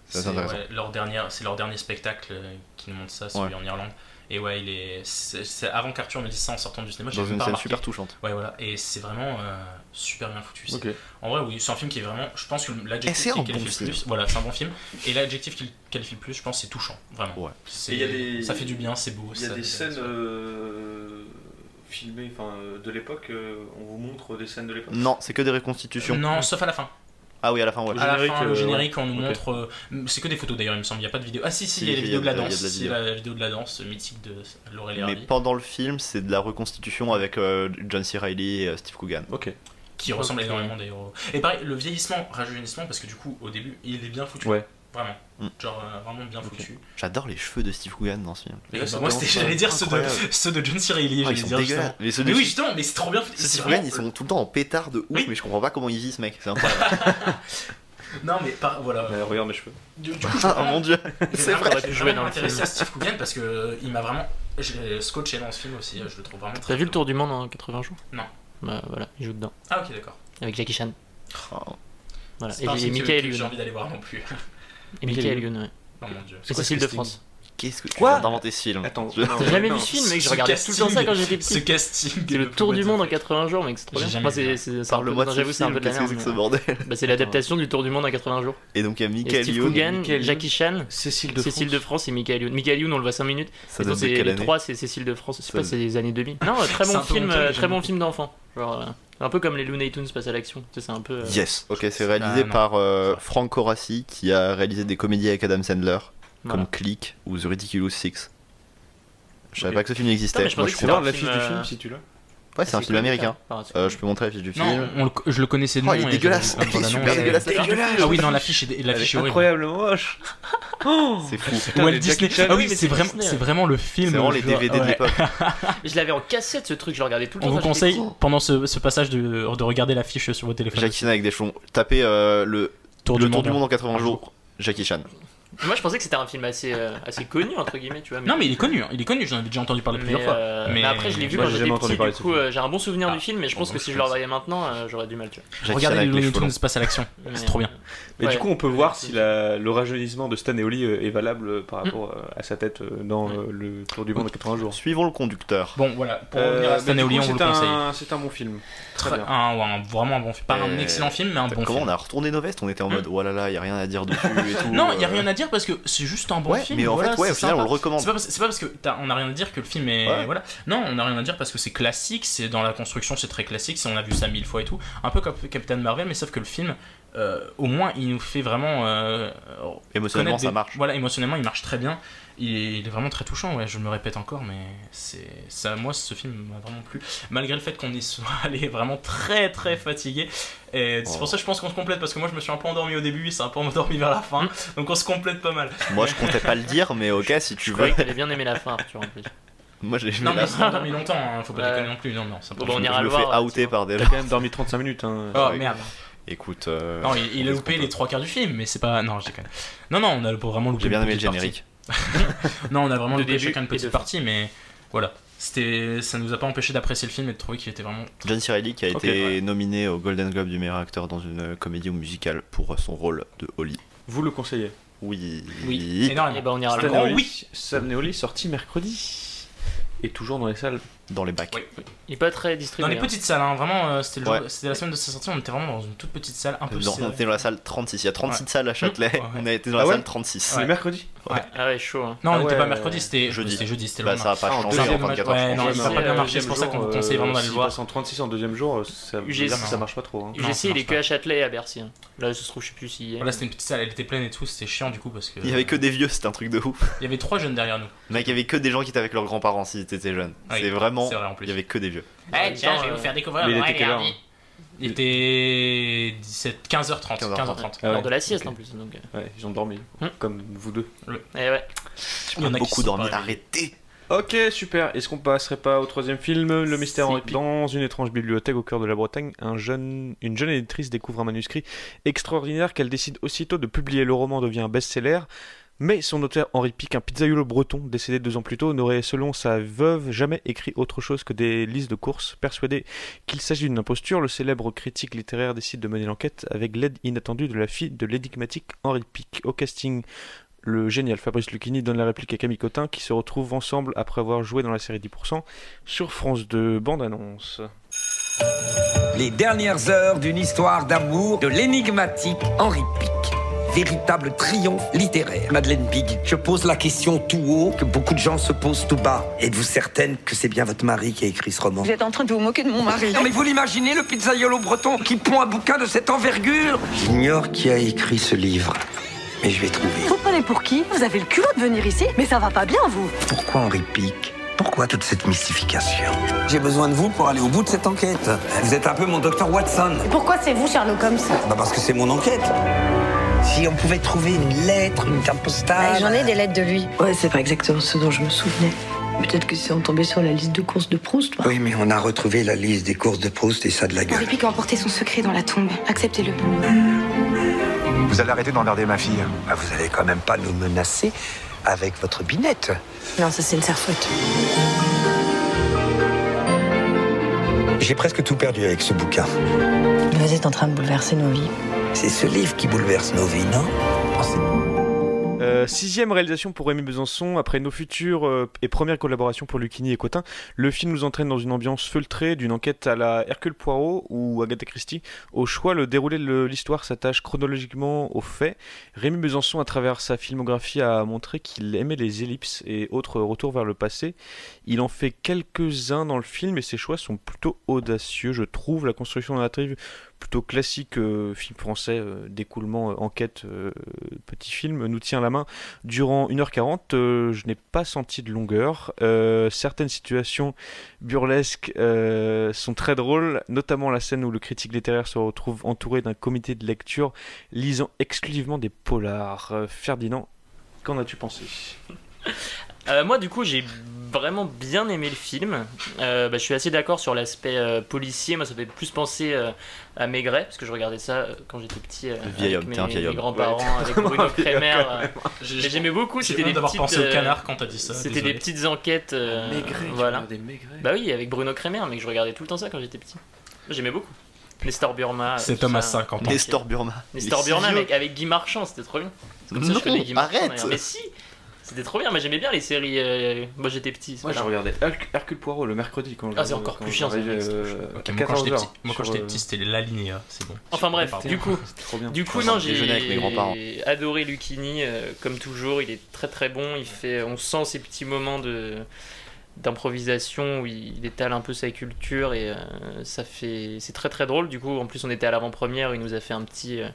Speaker 8: C'est
Speaker 6: assez intéressant.
Speaker 8: ouais, leur dernière, c'est leur dernier spectacle euh, qui nous montre ça, celui
Speaker 6: Ouais.
Speaker 8: en Irlande. Et ouais, il est. c'est- c'est- avant qu'Arthur me dise ça en sortant du cinéma, j'ai
Speaker 6: Dans
Speaker 8: même
Speaker 6: une
Speaker 8: pas
Speaker 6: scène
Speaker 8: remarqué.
Speaker 6: super touchante.
Speaker 8: Ouais, voilà. Et c'est vraiment euh, super bien foutu. c'est-
Speaker 6: Ok.
Speaker 8: En vrai, oui, c'est un film qui est vraiment. Je pense que l'adjectif
Speaker 6: Eh, c'est
Speaker 8: qu'il
Speaker 6: un
Speaker 8: qualifie
Speaker 6: bon
Speaker 8: le
Speaker 6: film.
Speaker 8: plus. Voilà, c'est un bon film. Et l'adjectif qu'il qualifie le plus, je pense, c'est touchant. Vraiment. C'est-
Speaker 19: Et il y a des-
Speaker 8: Ça fait du bien, c'est beau.
Speaker 19: Il y a
Speaker 8: ça-
Speaker 19: des scènes euh, filmées enfin, euh, de l'époque, euh, on vous montre des scènes de l'époque.
Speaker 6: Non, c'est que des reconstitutions.
Speaker 8: Non, sauf à la fin.
Speaker 6: Ah oui, à la fin, ouais.
Speaker 8: À la
Speaker 19: euh,
Speaker 8: fin, le générique, on nous
Speaker 6: Ok.
Speaker 8: montre. euh, c'est que des photos d'ailleurs, il me semble. Il n'y a pas de vidéo. Ah, si, si,
Speaker 6: Si,
Speaker 8: il y a les
Speaker 6: il y a-
Speaker 8: vidéos de la
Speaker 6: il y a de
Speaker 8: danse.
Speaker 6: la
Speaker 8: C'est
Speaker 6: vidéo.
Speaker 8: la vidéo de la danse euh, mythique de Laurel et
Speaker 6: Mais
Speaker 8: Hardy.
Speaker 6: pendant le film, c'est de la reconstitution avec euh, John C. Reilly et euh, Steve Coogan.
Speaker 19: Ok.
Speaker 8: qui ressemble énormément d'ailleurs. au- Et pareil, le vieillissement, rajeunissement, parce que du coup, au début, il est bien foutu.
Speaker 6: Ouais.
Speaker 8: Vraiment.
Speaker 6: Mm.
Speaker 8: Genre, euh, vraiment bien foutu.
Speaker 6: J'adore les cheveux de Steve Coogan dans ce film.
Speaker 8: Et bah, moi, c'était- j'allais dire ceux de, ceux de John C.
Speaker 6: Ah,
Speaker 8: Reilly,
Speaker 6: ils
Speaker 8: j'allais
Speaker 6: sont
Speaker 8: dire justement.
Speaker 6: dégueulasses. Mais ceux de-
Speaker 8: oui, justement, mais c'est trop bien foutu.
Speaker 6: Ceux de
Speaker 8: C'est
Speaker 6: Steve
Speaker 8: vraiment-
Speaker 6: Coogan, ils sont tout le temps en pétard de ouf, mais je comprends pas comment ils vivent ce mec. C'est incroyable.
Speaker 8: Non, mais par- voilà.
Speaker 19: regarde mes cheveux.
Speaker 8: Du, du coup, je
Speaker 6: Ah,
Speaker 8: vraiment-
Speaker 6: mon Dieu,
Speaker 8: Mais
Speaker 6: c'est vrai.
Speaker 8: vraiment, j'ai
Speaker 6: J'aurais pu jouer
Speaker 8: vraiment
Speaker 6: dans le
Speaker 8: m'intéressé
Speaker 6: film.
Speaker 8: à Steve Coogan parce que euh, il m'a vraiment je l'ai scotché dans ce film aussi. Je le trouve vraiment
Speaker 7: T'as
Speaker 8: très.
Speaker 7: vu le tour du monde en 80 jours
Speaker 8: Non.
Speaker 7: Bah voilà, il joue dedans.
Speaker 8: Ah, ok, d'accord.
Speaker 7: Avec Jackie Chan.
Speaker 6: Oh,
Speaker 7: Voilà,
Speaker 8: C'est
Speaker 7: et,
Speaker 8: pas un
Speaker 7: et
Speaker 8: film que-
Speaker 7: Michael
Speaker 8: que J'ai
Speaker 7: Youn.
Speaker 8: envie d'aller voir non plus.
Speaker 7: Et Michael Youn, ouais.
Speaker 8: Oh mon dieu.
Speaker 7: Et Cécile de France.
Speaker 6: Qu'est-ce que tu
Speaker 7: Quoi
Speaker 6: viens d'inventer ce film
Speaker 7: Attends,
Speaker 6: Je-
Speaker 7: J'ai jamais vu ce film, mec. Je
Speaker 6: Ce
Speaker 7: regardais tout le temps ça
Speaker 6: casting-
Speaker 7: quand j'étais petit.
Speaker 6: ce casting
Speaker 7: C'est
Speaker 6: de
Speaker 7: le tour du monde en 80 jours, mec. C'est trop
Speaker 6: J'ai
Speaker 7: bien.
Speaker 6: jamais
Speaker 7: Enfin,
Speaker 6: vu
Speaker 7: c'est-
Speaker 6: ça.
Speaker 7: c'est- c'est un peu-
Speaker 6: Parle-moi de
Speaker 7: non,
Speaker 6: ce
Speaker 7: J'avoue, c'est un
Speaker 6: film,
Speaker 7: peu de la
Speaker 6: qu'est-ce que
Speaker 7: merde.
Speaker 6: c'est que ce
Speaker 7: mais-
Speaker 6: bordel
Speaker 7: Bah, C'est l'adaptation du tour du monde en 80 jours.
Speaker 6: Et donc il y a
Speaker 7: Et
Speaker 6: Michael
Speaker 7: Steve
Speaker 6: Youn.
Speaker 7: Coogan,
Speaker 6: Michael Youn.
Speaker 7: Jackie Chan,
Speaker 2: Cécile
Speaker 7: de, France et Michael Youn. Michael Youn, on le voit 5 minutes.
Speaker 6: Ça
Speaker 7: Et donc,
Speaker 6: date de
Speaker 7: c'est-
Speaker 6: quelle
Speaker 7: les
Speaker 6: année
Speaker 7: trois, c'est Cécile de France. Je sais
Speaker 6: Ça
Speaker 7: pas, c'est les années 2000. Non, euh, très
Speaker 6: C'est
Speaker 7: bon
Speaker 6: un peu
Speaker 7: film,
Speaker 6: honteux,
Speaker 7: euh,
Speaker 6: mais
Speaker 7: très
Speaker 6: j'aime
Speaker 7: bon film d'enfant. Genre, euh, un peu comme les Looney Tunes passent à l'action. Tu sais, C'est un peu. euh, Ah,
Speaker 6: Yes, ok, c'est réalisé par euh, Frank Corassi qui a réalisé des comédies avec Adam Sandler,
Speaker 7: Voilà.
Speaker 6: comme Click ou The Ridiculous Six. Je savais pas que ce film existait.
Speaker 7: Non, mais je
Speaker 6: Moi,
Speaker 7: pensais
Speaker 6: je
Speaker 7: que
Speaker 6: suis
Speaker 7: c'était
Speaker 6: content.
Speaker 7: un film, euh,
Speaker 6: Ouais, c'est un film américain.
Speaker 7: Ah, c'est-
Speaker 6: Euh, je peux montrer la fiche du
Speaker 8: Non,
Speaker 6: film.
Speaker 8: on le- je le connaissais de
Speaker 6: Oh,
Speaker 8: nom
Speaker 6: il est
Speaker 8: et
Speaker 6: dégueulasse.
Speaker 8: je-
Speaker 6: Il est
Speaker 8: Non,
Speaker 6: super
Speaker 8: mais-
Speaker 6: dégueulasse.
Speaker 8: Ah oui, non, l'affiche est, dé- l'affiche est horrible.
Speaker 2: moche.
Speaker 6: C'est fou.
Speaker 8: Walt Disney. Ah oui, c'est vraiment, c'est vraiment le film.
Speaker 6: C'est vraiment les
Speaker 8: je vois-
Speaker 6: DVD de
Speaker 8: ouais.
Speaker 6: l'époque.
Speaker 7: Je l'avais en cassette ce truc, je le regardais tout le temps.
Speaker 8: On vous
Speaker 7: quand j'étais
Speaker 8: conseille
Speaker 7: petit.
Speaker 8: pendant ce, ce passage de, de regarder l'affiche sur votre téléphone.
Speaker 6: Jackie Chan avec des cheveux. Tapez euh, le
Speaker 8: Tour
Speaker 6: le
Speaker 8: du
Speaker 6: tour
Speaker 8: monde.
Speaker 6: du monde en 80 jours. Jackie Chan.
Speaker 7: Moi je pensais que c'était un film assez, euh, assez connu entre guillemets, tu vois. mais-
Speaker 8: Non mais il est connu, hein, il est connu, j'en avais déjà entendu parler
Speaker 7: Mais,
Speaker 8: plusieurs fois.
Speaker 7: euh, mais après, je l'ai vu quand j'étais petit, du coup, euh, j'ai un bon souvenir du film, mais je pense que si je le regardais maintenant, euh, j'aurais du mal, tu vois.
Speaker 8: Regardez les Looney Tunes passe à l'action,
Speaker 7: Mais,
Speaker 8: c'est trop bien.
Speaker 18: Mais
Speaker 7: Ouais.
Speaker 18: du coup, on peut voir si la- le rajeunissement de Stan Eoli euh, est valable euh, par rapport euh, à sa tête euh, dans euh, le Tour du Monde en 80 jours.
Speaker 6: Suivons le conducteur.
Speaker 8: Bon voilà, pour revenir
Speaker 18: Euh,
Speaker 8: à Stan Eoli, on vous le conseille.
Speaker 18: C'est un bon film. Très
Speaker 8: Très-
Speaker 18: bien.
Speaker 8: un- ouais, un- vraiment un bon film. Pas un
Speaker 6: Et-
Speaker 8: excellent film, mais un bon
Speaker 6: Comment
Speaker 8: film. Hmm.
Speaker 6: on a retourné nos vestes On était en mode, oh là là, y a rien à dire dessus et tout.
Speaker 8: Non, il y a
Speaker 6: euh,
Speaker 8: rien à dire parce que c'est juste un bon
Speaker 6: Ouais,
Speaker 8: film.
Speaker 6: mais en
Speaker 8: voilà,
Speaker 6: fait, ouais,
Speaker 8: c'est
Speaker 6: au final,
Speaker 8: sympa.
Speaker 6: on le recommande.
Speaker 8: C'est pas, parce- c'est pas parce que t'as- on a rien à dire que le film est
Speaker 6: Ouais.
Speaker 8: voilà. Non, on a rien à dire parce que c'est classique, c'est dans la construction, c'est très classique, c'est- on a vu ça mille fois et tout. Un peu comme Captain Marvel, mais sauf que le film, euh, au moins, il nous fait vraiment euh,
Speaker 6: Émotionnellement,
Speaker 8: connaître
Speaker 6: ça marche.
Speaker 8: Voilà, émotionnellement, il marche très bien. Il est, il est vraiment très touchant. Ouais, je me répète encore, mais c'est ça. Moi, ce film m'a vraiment plu, malgré le fait qu'on y soit allé vraiment très très fatigué. Et c'est
Speaker 6: Oh.
Speaker 8: pour ça que je pense qu'on se complète parce que moi, je me suis un peu endormi au début, c'est un peu endormi vers la
Speaker 6: Mm.
Speaker 8: fin, donc on se complète pas mal.
Speaker 6: Moi, je comptais pas le dire, mais ok, si tu
Speaker 7: Je
Speaker 6: veux.
Speaker 7: croyais que t'avais bien aimé la fin, Arthur, en plus.
Speaker 6: Moi, j'ai vu
Speaker 8: Non, mais
Speaker 6: la
Speaker 8: ils ont dormi longtemps, hein, faut pas
Speaker 7: Ouais.
Speaker 8: déconner non plus. Non, non, ça
Speaker 7: Bon,
Speaker 8: prend-
Speaker 7: bah, on
Speaker 8: je
Speaker 7: ira
Speaker 8: me
Speaker 7: le
Speaker 8: fais
Speaker 7: voir,
Speaker 8: out.
Speaker 6: outé par des.
Speaker 18: T'as quand même dormi 35 minutes. Hein.
Speaker 8: Oh merde.
Speaker 6: Écoute. euh,
Speaker 8: Non, il, il a loupé les trois quarts du film, mais c'est pas. Non, je déconne. Non, non, on a vraiment loupé.
Speaker 6: J'ai bien
Speaker 8: une
Speaker 6: aimé le
Speaker 8: petite
Speaker 6: générique.
Speaker 8: partie. non, on a vraiment
Speaker 7: De
Speaker 8: loupé
Speaker 7: début
Speaker 8: chacun une
Speaker 7: et
Speaker 8: petite
Speaker 7: de fin.
Speaker 8: partie, mais voilà. C'était, ça nous a pas empêché d'apprécier le film et de trouver qu'il était vraiment.
Speaker 6: John C. Reilly qui a
Speaker 8: Ok,
Speaker 6: été nominé au Golden Globe du meilleur acteur dans une comédie ou musicale pour son rôle de Holly.
Speaker 18: Vous le conseillez
Speaker 6: Oui.
Speaker 7: Eh ben, on
Speaker 8: Ah,
Speaker 7: ira le
Speaker 18: Stan
Speaker 7: voir.
Speaker 18: Eoli- Stan Eoli sorti mercredi. Et toujours dans les salles.
Speaker 6: Dans les bacs.
Speaker 7: Il est pas très distribué.
Speaker 8: Dans les
Speaker 7: hein.
Speaker 8: petites salles, hein, vraiment, euh, c'était, le jour-
Speaker 6: Ouais.
Speaker 8: c'était la semaine de sa sortie, on était vraiment dans une toute petite salle, un peu
Speaker 6: Dans, on
Speaker 8: serrée.
Speaker 6: était dans la salle 36. Il y a 36
Speaker 8: Ouais.
Speaker 6: salles à Châtelet.
Speaker 8: Ouais, ouais.
Speaker 6: On a été dans la
Speaker 8: Ah ouais
Speaker 6: salle 36.
Speaker 8: Ouais. Le
Speaker 18: mercredi
Speaker 8: Ouais.
Speaker 7: Ah ouais, chaud. hein.
Speaker 8: Non, on
Speaker 18: Ah
Speaker 8: n'était
Speaker 18: ouais.
Speaker 8: pas mercredi, c'était
Speaker 6: Jeudi.
Speaker 8: C'était jeudi, c'était le
Speaker 6: Bah,
Speaker 8: lendemain.
Speaker 6: ça a pas
Speaker 8: Ah,
Speaker 6: changé
Speaker 8: deuxième
Speaker 6: en 24
Speaker 8: match. Ouais,
Speaker 6: heures,
Speaker 8: non,
Speaker 6: je
Speaker 8: ça
Speaker 6: pense.
Speaker 8: a pas bien marché, c'est pour ça qu'on vous conseille vraiment d'aller
Speaker 2: euh,
Speaker 8: le voir.
Speaker 18: euh, en 36 en deuxième jour, euh, ça, veut
Speaker 7: UGC.
Speaker 18: dire que ça marche pas trop. hein.
Speaker 7: UGC, il est que à Châtelet et à Bercy. hein. Là, ça se trouve, je sais plus s'il y est.
Speaker 8: Voilà, c'était une petite salle, elle était pleine et tout, c'était chiant du coup parce que.
Speaker 6: Il y avait que des vieux, c'était un truc de ouf.
Speaker 8: Il y avait trois jeunes derrière nous.
Speaker 6: Mec, il y avait que des gens qui étaient avec leurs grands-parents si t'étais jeune.
Speaker 8: Oui,
Speaker 6: c'est vraiment.
Speaker 8: c'est vrai en plus.
Speaker 6: Il y avait que des vieux.
Speaker 8: Eh,
Speaker 7: En même
Speaker 8: tiens,
Speaker 7: temps,
Speaker 8: je vais
Speaker 7: euh,
Speaker 8: vous faire découvrir
Speaker 6: Bah, mais il
Speaker 8: Laurel
Speaker 6: était
Speaker 8: et
Speaker 6: quelle heure, hein
Speaker 8: Hardy. Il était 17, 15h30. 15h30.
Speaker 6: 15h30.
Speaker 18: Ah ouais.
Speaker 7: Lors de la sieste
Speaker 18: Ok.
Speaker 7: en plus. Donc... euh.
Speaker 8: Hmm.
Speaker 18: Ouais, ils ont dormi, comme vous deux.
Speaker 7: Eh ouais.
Speaker 6: J'ai pas beaucoup dormi, arrêtez
Speaker 2: Ok, super. Est-ce qu'on passerait pas au troisième film, Le mystère en épi Dans une étrange bibliothèque au cœur de la Bretagne, un jeune, une jeune éditrice découvre un manuscrit extraordinaire qu'elle décide aussitôt de publier. Le roman devient un best-seller. Mais son auteur Henri Pic, un pizzaïolo breton décédé deux ans plus tôt, n'aurait, selon sa veuve, jamais écrit autre chose que des listes de courses. Persuadé qu'il s'agit d'une imposture, le célèbre critique littéraire décide de mener l'enquête avec l'aide inattendue de la fille de l'énigmatique Henri Pic. Au casting, le génial Fabrice Lucchini donne la réplique à Camille Cotin qui se retrouvent ensemble après avoir joué dans la série 10% sur France 2. Bande annonce.
Speaker 20: Les dernières heures d'une histoire d'amour de l'énigmatique Henri Pic. Véritable triomphe littéraire. Madeleine Big, je pose la question tout haut que beaucoup de gens se posent tout bas. Êtes-vous certaine que c'est bien votre mari qui a écrit ce roman
Speaker 16: Vous êtes en train de vous moquer de mon mari.
Speaker 20: Non mais vous l'imaginez, le pizzaiolo breton qui pond un bouquin de cette envergure J'ignore qui a écrit ce livre, mais je vais trouver.
Speaker 16: Vous prenez pour qui Vous avez le culot de venir ici Mais ça va pas bien, vous
Speaker 20: Pourquoi Henri Pic Pourquoi toute cette mystification
Speaker 21: J'ai besoin de vous pour aller au bout de cette enquête.
Speaker 20: Vous êtes un peu mon docteur Watson.
Speaker 16: Pourquoi c'est vous, Sherlock Holmes
Speaker 20: Bah parce que c'est mon enquête. Si on pouvait trouver une lettre, une carte postale.
Speaker 16: J'en ai des lettres de lui.
Speaker 3: Ouais, c'est pas exactement ce dont je me souvenais. Peut-être que c'est en tombé sur la liste de courses de Proust.
Speaker 20: Oui, mais on a retrouvé la liste des courses de Proust et ça de la gueule.
Speaker 16: Henri Pic a emporté son secret dans la tombe. Acceptez-le.
Speaker 20: Vous allez arrêter d'emmerder ma fille. Bah, vous allez quand même pas nous menacer avec votre binette.
Speaker 3: Non, ça c'est une serfouette.
Speaker 20: J'ai presque tout perdu avec ce bouquin.
Speaker 3: Vous êtes en train de bouleverser nos vies.
Speaker 20: C'est ce livre qui bouleverse nos vies, non
Speaker 2: Euh, sixième réalisation pour Rémi Besançon, après nos futurs euh, et premières collaborations pour Lucchini et Cotin, le film nous entraîne dans une ambiance feutrée d'une enquête à la Hercule Poirot ou Agatha Christie. Au choix, le déroulé de l'histoire s'attache chronologiquement aux faits. Rémi Besançon, à travers sa filmographie, a montré qu'il aimait les ellipses et autres retours vers le passé. Il en fait quelques-uns dans le film et ses choix sont plutôt audacieux, je trouve. La construction narrative plutôt classique euh, film français euh, d'écoulement, euh, enquête, petit film, nous tient la main durant 1h40. euh, je n'ai pas senti de longueur. Euh, certaines situations burlesques euh, sont très drôles, notamment la scène où le critique littéraire se retrouve entouré d'un comité de lecture lisant exclusivement des polars. Euh, Ferdinand, qu'en as-tu pensé
Speaker 7: Euh, moi, du coup, j'ai vraiment bien aimé le film. Euh, bah, je suis assez d'accord sur l'aspect euh, policier. Moi, ça fait plus penser euh, à Maigret, parce que je regardais ça euh, quand j'étais petit
Speaker 6: vieil
Speaker 7: avec
Speaker 6: homme,
Speaker 7: mes,
Speaker 6: t'es un vieil
Speaker 7: mes
Speaker 6: homme.
Speaker 7: grands-parents,
Speaker 6: Ouais,
Speaker 7: avec
Speaker 6: t'es vraiment
Speaker 7: Bruno
Speaker 6: un vieil homme,
Speaker 7: Kremer.
Speaker 6: quand même.
Speaker 7: euh, je les aimais beaucoup.
Speaker 8: J'ai
Speaker 7: C'était
Speaker 8: honte
Speaker 7: des
Speaker 8: d'avoir
Speaker 7: petites.
Speaker 8: pensé au
Speaker 7: euh,
Speaker 8: canard quand t'as dit ça,
Speaker 7: C'était
Speaker 8: désolé.
Speaker 7: des petites enquêtes. euh,
Speaker 8: Maigret, tu
Speaker 2: Ah,
Speaker 7: voilà.
Speaker 8: regardais Maigret.
Speaker 7: Bah oui, avec Bruno Kremer, mais je regardais tout le temps ça quand j'étais petit. J'aimais beaucoup. Nestor Burma.
Speaker 8: Cet
Speaker 7: tout
Speaker 8: homme a
Speaker 7: ah, ça.
Speaker 8: 50 ans. Nestor
Speaker 6: Burma.
Speaker 7: Nestor
Speaker 6: Il est si
Speaker 7: Burma
Speaker 6: vieux.
Speaker 7: avec, avec Guy Marchand, c'était trop bien. C'est comme ça que je
Speaker 6: Non,
Speaker 7: connais Guy Marchand,
Speaker 6: arrête.
Speaker 7: d'ailleurs. Mais si C'était trop bien, mais j'aimais bien les séries. euh, Moi j'étais petit. c'est
Speaker 2: Moi, je
Speaker 7: pas grave.
Speaker 2: regardais Herc- Hercule Poirot le mercredi quand euh,
Speaker 7: Ah, c'est encore plus chiant, ça, mec, c'est
Speaker 8: Ok, moi, quand j'étais petit, moi, quand j'étais petit, c'était l'alinéa, c'est bon.
Speaker 7: Enfin bref,
Speaker 8: Pardon.
Speaker 7: du coup,
Speaker 8: bien.
Speaker 7: du coup
Speaker 8: Je
Speaker 7: non,
Speaker 8: pense déjeuner
Speaker 7: j'ai
Speaker 8: avec mes grands-parents.
Speaker 7: adoré Lucchini euh, comme toujours. Il est très très bon. Il fait, on sent ces petits moments de d'improvisation où il, il étale un peu sa culture et euh, ça fait, c'est très très drôle. Du coup, en plus on était à l'avant-première, où il nous a fait un petit euh,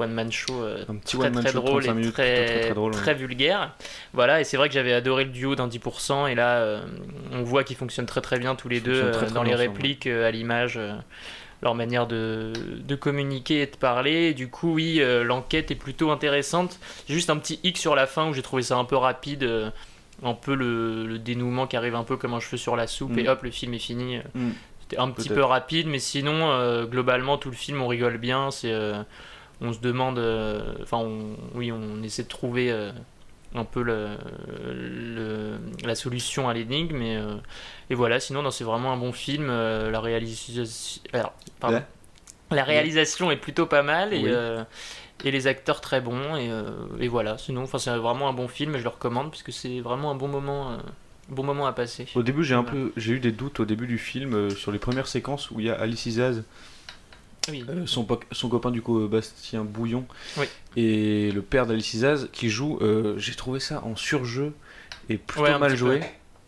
Speaker 7: one man show euh,
Speaker 2: petit
Speaker 7: très
Speaker 2: one-man
Speaker 7: très
Speaker 2: show de
Speaker 7: drôle
Speaker 2: 35
Speaker 7: et
Speaker 2: minutes,
Speaker 7: très
Speaker 2: plutôt très, très drôle, ouais.
Speaker 7: très vulgaire. Voilà, et c'est vrai que j'avais adoré le duo d'un 10% et là euh, on voit qu'ils fonctionnent très très bien tous les deux
Speaker 2: fonctionnent
Speaker 7: euh,
Speaker 2: très, très
Speaker 7: dans les
Speaker 2: bien ensemble.
Speaker 7: répliques répliques, euh, à l'image, euh, leur manière de, de communiquer et de parler. Du coup, oui, euh, l'enquête est plutôt intéressante. J'ai Juste un petit hic sur la fin où j'ai trouvé ça un peu rapide. euh, un peu le, le dénouement qui arrive un peu comme un cheveu sur la soupe
Speaker 2: Mm.
Speaker 7: et hop le film est fini euh,
Speaker 2: Mm.
Speaker 7: c'était un petit
Speaker 2: Peut-être.
Speaker 7: peu rapide mais sinon euh, globalement tout le film on rigole bien c'est euh, on se demande euh, enfin on- oui on essaie de trouver euh, un peu le, le- la solution à l'énigme mais euh, et voilà sinon non, c'est vraiment un bon film euh, la réalisation alors, pardon.
Speaker 2: Ouais.
Speaker 7: la réalisation est plutôt pas mal et
Speaker 2: Oui.
Speaker 7: euh, et les acteurs très bons et, euh, et voilà sinon enfin c'est vraiment un bon film et je le recommande parce que c'est vraiment un bon moment euh, bon moment à passer
Speaker 2: Au début, j'ai un peu, j'ai eu des doutes au début du film euh, sur les premières séquences où il y a Alice Izaz,
Speaker 7: Oui.
Speaker 2: euh, son, poc- son copain du coup euh, Bastien Bouillon,
Speaker 7: Oui.
Speaker 2: et le père d'Alice Izaz qui joue. euh, j'ai trouvé ça en surjeu et plutôt
Speaker 7: Ouais, un
Speaker 2: mal
Speaker 7: petit
Speaker 2: joué.
Speaker 7: peu.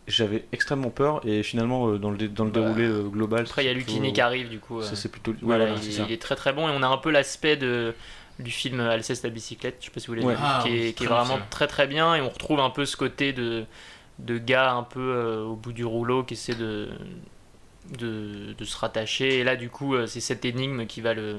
Speaker 2: J'avais extrêmement peur et finalement euh, dans le dé- dans le déroulé euh, global.
Speaker 7: Après, il y a
Speaker 2: c'est
Speaker 7: Lucini
Speaker 2: plutôt-
Speaker 7: qui arrive, du coup.
Speaker 2: Ça
Speaker 7: euh,
Speaker 2: c'est plutôt. ouais,
Speaker 7: voilà,
Speaker 2: voilà, c'est
Speaker 7: il,
Speaker 2: ça.
Speaker 7: il est très très bon et on a un peu l'aspect de du film Alceste la bicyclette, je sais pas si vous l'avez
Speaker 2: Ouais.
Speaker 7: vu,
Speaker 2: Ah,
Speaker 7: qui
Speaker 2: oui,
Speaker 7: est, qui
Speaker 2: très
Speaker 7: est
Speaker 2: bon
Speaker 7: vraiment
Speaker 2: film.
Speaker 7: très très bien et on retrouve un peu ce côté de de gars un peu euh, au bout du rouleau qui essaie de de, de se rattacher et là du coup euh, c'est cette énigme qui va le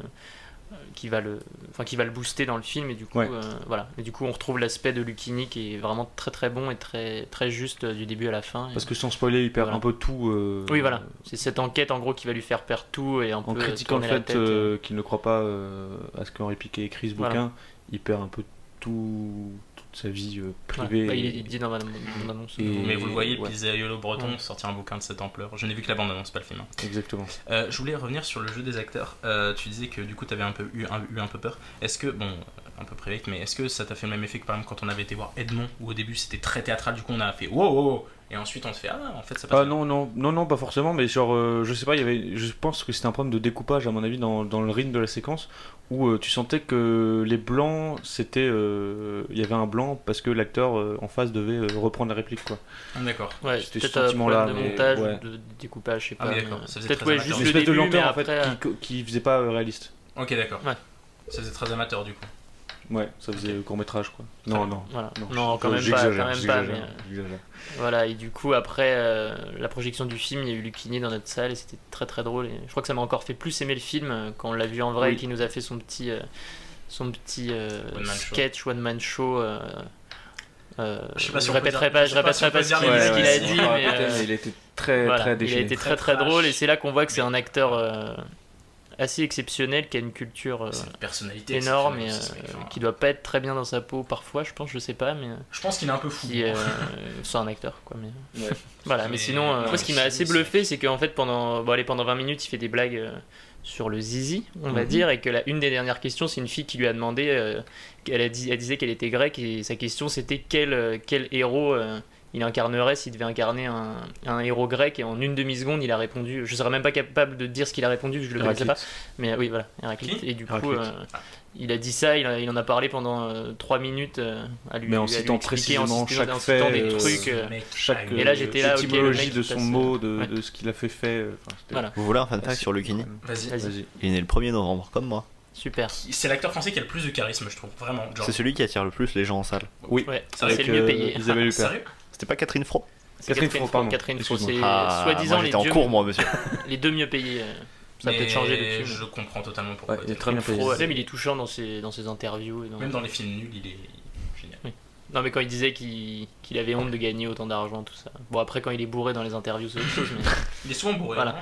Speaker 7: qui va le, enfin qui va le booster dans le film et du coup,
Speaker 2: Ouais.
Speaker 7: euh, voilà. Et du coup, on retrouve l'aspect de Lucchini qui est vraiment très très bon et très très juste euh, du début à la fin. Et-
Speaker 2: Parce que sans spoiler, il perd
Speaker 7: Voilà.
Speaker 2: un peu tout. euh,
Speaker 7: Oui, voilà. C'est cette enquête en gros qui va lui faire perdre tout et un
Speaker 2: En
Speaker 7: peu
Speaker 2: critiquant le
Speaker 7: tourner la
Speaker 2: fait
Speaker 7: tête.
Speaker 2: euh, qu'il ne croit pas euh, à ce qu'Henri Piquet écrit ce
Speaker 7: Voilà.
Speaker 2: bouquin, il perd un peu tout, toute sa vie euh,
Speaker 7: Voilà.
Speaker 2: privée.
Speaker 7: Bah, il, est- il dit dans la dans l'annonce.
Speaker 2: Et-
Speaker 8: Mais vous le voyez,
Speaker 2: ouais.
Speaker 8: Pizzaïolo Breton
Speaker 7: Ouais.
Speaker 8: sortir un bouquin de cette ampleur. Je n'ai vu que la bande-annonce, pas le film. hein.
Speaker 2: Exactement.
Speaker 8: Euh, je voulais revenir sur le jeu des acteurs. Euh, tu disais que du coup, tu avais un peu, eu, un, eu un peu peur. Est-ce que, bon, un peu privé, mais est-ce que ça t'a fait le même effet que par exemple quand on avait été voir Edmond, où au début c'était très théâtral, du coup on a fait wow, wow, wow, et ensuite on se fait ah, en fait ça passe.
Speaker 2: Ah non, non, non, non, pas forcément, mais genre, euh, je sais pas, il y avait, je pense que c'était un problème de découpage, à mon avis, dans, dans le rythme de la séquence, où euh, tu sentais que les blancs, c'était. euh, Il y avait un blanc parce que l'acteur euh, en face devait euh, reprendre la réplique, quoi.
Speaker 8: Ah, D'accord.
Speaker 7: Ouais,
Speaker 2: C'était
Speaker 7: peut-être
Speaker 2: ce
Speaker 7: un
Speaker 2: sentiment-là,
Speaker 7: problème de
Speaker 2: mais-
Speaker 7: montage, ou
Speaker 2: ouais.
Speaker 7: de découpage, je sais
Speaker 8: Ah
Speaker 7: pas.
Speaker 8: oui,
Speaker 7: mais-
Speaker 8: d'accord, ça faisait
Speaker 7: Peut-être
Speaker 8: très
Speaker 7: ouais,
Speaker 8: amateur.
Speaker 7: juste
Speaker 2: Une
Speaker 7: le
Speaker 2: espèce de
Speaker 7: début, mais
Speaker 2: lenteur, en
Speaker 7: après.
Speaker 2: fait, qui, qui faisait pas euh, réaliste.
Speaker 8: Ok, d'accord.
Speaker 7: Ouais.
Speaker 8: Ça faisait très amateur du coup.
Speaker 2: Ouais, ça faisait court-métrage, quoi.
Speaker 8: Très
Speaker 2: Non,
Speaker 8: bien.
Speaker 2: non.
Speaker 7: Voilà.
Speaker 2: non,
Speaker 7: Non,
Speaker 2: je-
Speaker 7: quand même pas.
Speaker 2: j'exagère,
Speaker 7: Quand même pas mais,
Speaker 2: j'exagère,
Speaker 7: euh,
Speaker 2: j'exagère.
Speaker 7: Voilà, et du coup, après euh, la projection du film, il y a eu Lucini dans notre salle et c'était très très drôle. Et je crois que ça m'a encore fait plus aimer le film euh, quand on l'a vu en vrai
Speaker 2: Oui.
Speaker 7: et qu'il nous a fait son petit, euh, son petit euh,
Speaker 8: One man show.
Speaker 7: sketch One Man Show. euh, euh,
Speaker 8: Je sais
Speaker 7: je
Speaker 8: pas si on peut
Speaker 7: répéterai
Speaker 8: dire-
Speaker 7: pas,
Speaker 8: je
Speaker 7: je
Speaker 8: sais pas si on
Speaker 7: répéterai
Speaker 8: peut
Speaker 7: pas ce
Speaker 8: dire,
Speaker 7: qu'il
Speaker 8: mais
Speaker 7: ce
Speaker 8: ouais,
Speaker 7: qu'il a
Speaker 8: ouais,
Speaker 7: dit,
Speaker 8: on
Speaker 7: mais,
Speaker 8: peut répéter,
Speaker 7: euh,
Speaker 8: mais il était très,
Speaker 7: voilà,
Speaker 8: très
Speaker 7: il a
Speaker 8: déchaîné.
Speaker 7: été très
Speaker 8: Très
Speaker 7: très
Speaker 8: trash.
Speaker 7: drôle et c'est là qu'on voit que c'est un acteur euh, assez exceptionnel qui a une culture euh,
Speaker 8: C'est une personnalité
Speaker 7: énorme et
Speaker 8: exceptionnelle,
Speaker 7: euh,
Speaker 8: c'est ça,
Speaker 7: qui doit pas être très bien dans sa peau parfois, je pense, je sais pas, mais euh,
Speaker 8: Je pense qu'il est un peu fou. hein.
Speaker 7: qui est, euh, c'est un acteur quoi mais
Speaker 8: Ouais.
Speaker 7: voilà mais,
Speaker 8: Mais-
Speaker 7: sinon euh,
Speaker 8: non,
Speaker 7: moi ce qui
Speaker 8: mais
Speaker 7: m'a
Speaker 8: c'est-
Speaker 7: assez bluffé c'est qu'en fait pendant bon, allez, pendant 20 minutes il fait des blagues euh, sur le zizi on va
Speaker 22: Mhm.
Speaker 7: dire et que la une des dernières questions c'est une fille qui lui a demandé euh, qu'elle a dit elle disait qu'elle était grecque et sa question c'était quel euh, quel héros euh, il incarnerait s'il devait incarner un, un héros grec et en une demi seconde il a répondu je serais même pas capable de dire ce qu'il a répondu vu que je le connaissais pas
Speaker 2: Héraclite.
Speaker 7: mais euh, oui voilà Héraclite et du coup
Speaker 2: Héraclite.
Speaker 7: euh, il a dit ça il, a- il en a parlé pendant 3 minutes euh, à lui
Speaker 2: mais en
Speaker 7: lui- à lui
Speaker 2: citant
Speaker 7: expliquer, en
Speaker 2: précisément
Speaker 7: citant-
Speaker 2: chaque
Speaker 7: en
Speaker 2: fait,
Speaker 7: citant des
Speaker 2: euh,
Speaker 7: trucs. euh,
Speaker 2: chaque euh,
Speaker 7: et là, j'étais là, ok, le
Speaker 2: étymologie
Speaker 7: mec,
Speaker 2: de
Speaker 7: il
Speaker 2: son
Speaker 7: passe,
Speaker 2: mot,
Speaker 7: euh,
Speaker 2: de,
Speaker 7: ouais.
Speaker 2: de ce qu'il a fait fait. euh, enfin, c'était-
Speaker 7: Voilà.
Speaker 6: Vous voulez un fun fact sur Lucini
Speaker 8: Vas-y.
Speaker 7: Vas-y.
Speaker 6: Il est né le 1er novembre, comme moi.
Speaker 7: Super.
Speaker 8: C'est l'acteur français qui a le plus de charisme, je trouve, vraiment. Genre,
Speaker 6: C'est celui qui attire le plus les gens en salle.
Speaker 2: Oui,
Speaker 7: Ouais, ça, c'est le mieux payé.
Speaker 2: Isabelle Huppert.
Speaker 8: Ah, Sérieux
Speaker 6: C'était pas Catherine Fro
Speaker 7: C'est Catherine Fro, Catherine Fro, c'est
Speaker 6: Ah,
Speaker 7: euh, soi-disant
Speaker 6: moi,
Speaker 7: les
Speaker 6: j'étais en
Speaker 7: deux.
Speaker 6: cours, moi, monsieur.
Speaker 7: les deux mieux payés. euh, Ça a
Speaker 8: Mais
Speaker 7: peut-être changé depuis.
Speaker 8: Je comprends totalement pourquoi.
Speaker 2: Ouais, il est très bien payé.
Speaker 7: Fro, même, il est touchant dans ses, dans ses interviews. et dans-
Speaker 8: Même dans les films nuls, il est génial.
Speaker 7: Oui. Non, mais quand il disait qu'il qu'il avait honte de gagner autant d'argent, tout ça. Bon, après, quand il est bourré dans les interviews, c'est autre chose. Mais...
Speaker 8: Il est souvent bourré, hein.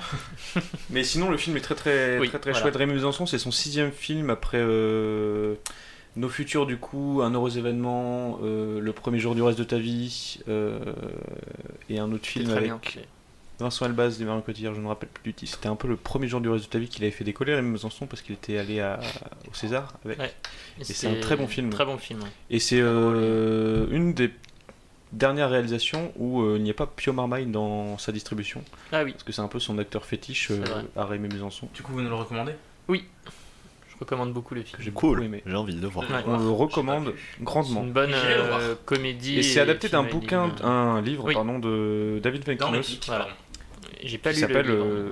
Speaker 7: Voilà.
Speaker 2: Mais sinon, le film est très très
Speaker 7: Oui,
Speaker 2: très très
Speaker 7: voilà.
Speaker 2: chouette. Rémi Besançon, c'est son sixième film après euh, Nos Futurs, du coup, Un Heureux Événement, euh, Le Premier Jour du Reste de Ta Vie, euh, et un autre film
Speaker 7: très
Speaker 2: avec
Speaker 7: bien, c'est-
Speaker 2: Vincent Albaz et Marion Cotillard, je ne me rappelle plus du titre. C'était un peu le Premier Jour du Reste de Ta Vie qu'il avait fait décoller Rémi Besançon parce qu'il était allé à, au César avec.
Speaker 7: Ouais.
Speaker 2: Et c'est
Speaker 7: c'était
Speaker 2: un très bon film.
Speaker 7: Très bon film. ouais.
Speaker 2: Et c'est euh, une des dernières réalisations où euh, il n'y a pas Pio Marmaille dans sa distribution.
Speaker 7: Ah oui.
Speaker 2: Parce que c'est un peu son acteur fétiche euh,
Speaker 7: vrai.
Speaker 2: à Rémi Besançon.
Speaker 8: Du coup, vous nous le recommandez
Speaker 7: Oui. Je recommande beaucoup le film.
Speaker 2: J'ai beaucoup
Speaker 6: Cool,
Speaker 2: aimé.
Speaker 6: j'ai envie de le voir.
Speaker 7: Ouais.
Speaker 8: Ah,
Speaker 2: On le recommande grandement.
Speaker 7: C'est une bonne
Speaker 8: J'irai le voir.
Speaker 7: euh, comédie.
Speaker 2: Et c'est adapté d'un
Speaker 7: film et
Speaker 2: bouquin,
Speaker 7: livre.
Speaker 2: un livre,
Speaker 7: Oui.
Speaker 2: pardon, de David Finkinos.
Speaker 8: Hermétique,
Speaker 2: Voilà.
Speaker 8: pardon.
Speaker 7: J'ai pas
Speaker 2: qui
Speaker 7: lu le
Speaker 2: s'appelle
Speaker 7: livre.
Speaker 2: euh,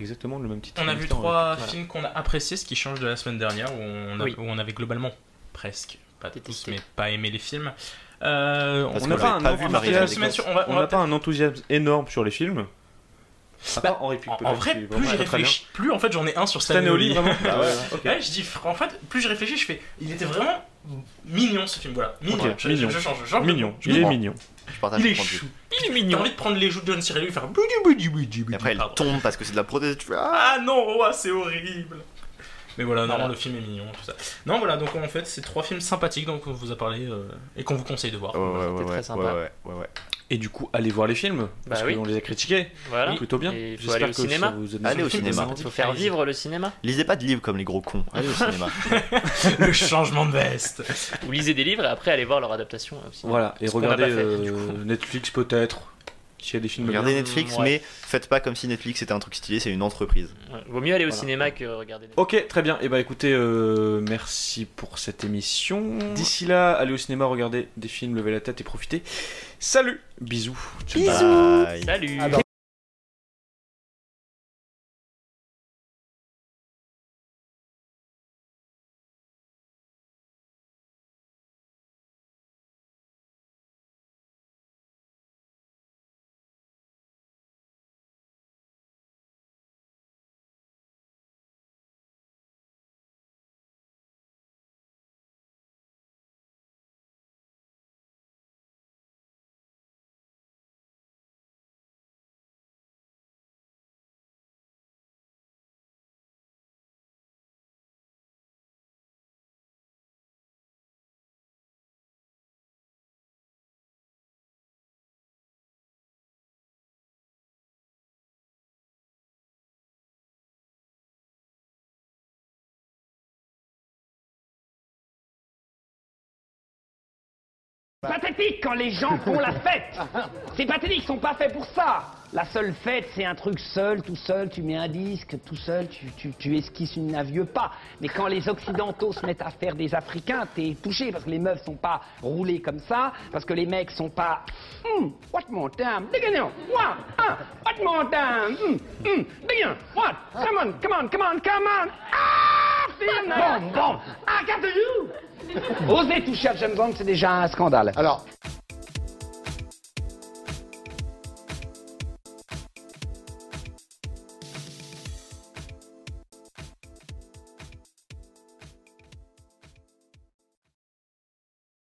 Speaker 2: exactement le même titre.
Speaker 8: On
Speaker 2: en
Speaker 8: a
Speaker 2: même
Speaker 8: vu
Speaker 2: temps,
Speaker 8: trois
Speaker 2: ouais. Voilà.
Speaker 8: films qu'on a appréciés, ce qui change de la semaine dernière, où on, a-
Speaker 7: Oui.
Speaker 8: où on avait globalement presque, pas tous, mais pas aimé les films. Euh,
Speaker 2: On
Speaker 8: on
Speaker 2: n'a
Speaker 8: n'a
Speaker 2: pas, un
Speaker 8: enthousiasme.
Speaker 2: enthousiasme-
Speaker 8: on va- on
Speaker 2: on
Speaker 8: va
Speaker 2: n'a pas un enthousiasme énorme sur les films. À part Henri Pic,
Speaker 8: En- En
Speaker 2: peut-être, qui
Speaker 8: vrai,
Speaker 2: est
Speaker 8: plus
Speaker 2: vraiment
Speaker 8: j'y
Speaker 2: très bien.
Speaker 8: réfléchis, plus en fait j'en ai un sur
Speaker 2: Stan et Ollie, vraiment Ah ouais, ok.
Speaker 8: Ouais, je dis, fr- en fait, plus je réfléchis, je fais, il était vraiment mignon ce film, voilà. Mignon,
Speaker 2: Ok,
Speaker 8: je,
Speaker 2: mignon.
Speaker 8: je change, je-
Speaker 2: Mignon,
Speaker 8: je
Speaker 2: il est
Speaker 8: comprends.
Speaker 2: mignon.
Speaker 6: Je partage
Speaker 8: Il
Speaker 6: le
Speaker 8: est
Speaker 6: point de vue.
Speaker 8: chou, il est mignon. T'as envie de prendre les joues de John Cirelli et faire
Speaker 6: Et après, elle tombe parce que c'est de la prothèse. Tu fais, ah
Speaker 8: Ah non, oh, ah, c'est horrible. Mais voilà, non,
Speaker 6: Voilà.
Speaker 8: le film est mignon, tout ça. Non, voilà, donc en fait, c'est trois films sympathiques dont on vous a parlé euh, et qu'on vous conseille de voir.
Speaker 6: Ouais, ouais,
Speaker 8: C'était
Speaker 6: ouais,
Speaker 8: très
Speaker 6: ouais,
Speaker 8: sympa.
Speaker 6: ouais, ouais, ouais.
Speaker 2: Et du coup, allez voir les films, parce
Speaker 7: Bah oui.
Speaker 2: qu'on les a critiqués.
Speaker 7: Voilà.
Speaker 2: C'est Plutôt bien.
Speaker 7: Et faut
Speaker 2: J'espère
Speaker 7: aller au
Speaker 2: que
Speaker 7: cinéma.
Speaker 2: ça vous a donné
Speaker 6: Allez au
Speaker 2: envie de
Speaker 6: cinéma.
Speaker 2: voir.
Speaker 7: Faut faire vivre le cinéma.
Speaker 6: Lisez pas de livres comme les gros cons. Allez au cinéma.
Speaker 8: le changement de veste.
Speaker 7: Vous lisez des livres et après allez voir leur adaptation euh, au cinéma.
Speaker 2: Voilà, et
Speaker 7: Ce qu'on n'a pas
Speaker 2: regardez
Speaker 7: fait.
Speaker 2: euh, Netflix peut-être. S'il y a des films
Speaker 6: Regardez
Speaker 2: bien.
Speaker 6: Netflix,
Speaker 7: ouais.
Speaker 6: mais faites pas comme si Netflix était un truc stylé, c'est une entreprise.
Speaker 7: Ouais, Vaut mieux aller au
Speaker 2: Voilà.
Speaker 7: cinéma que regarder. des-
Speaker 2: Ok, très bien. Et bah écoutez, euh, merci pour cette émission. D'ici là, allez au cinéma, regardez des films, levez la tête et profitez. Salut, bisous. Ciao.
Speaker 6: Bye.
Speaker 7: Salut.
Speaker 2: Ah bah,
Speaker 1: Pathétique quand les gens font la fête Ces pathétiques sont pas faits pour ça La seule fête, c'est un truc seul, tout seul, tu mets un disque, tout seul, tu, tu, tu esquisses une- un vieux pas. Mais quand les Occidentaux se mettent à faire des Africains, t'es touché, parce que les meufs sont pas roulées comme ça, parce que les mecs sont pas... Hum, what more time Dig in here. One, un, what more time Hum, hum, dig in. What Come on, come on, come on, come on Ah, c'est Bon, bon I got to you Oser toucher à James Bond, c'est déjà un scandale. Alors,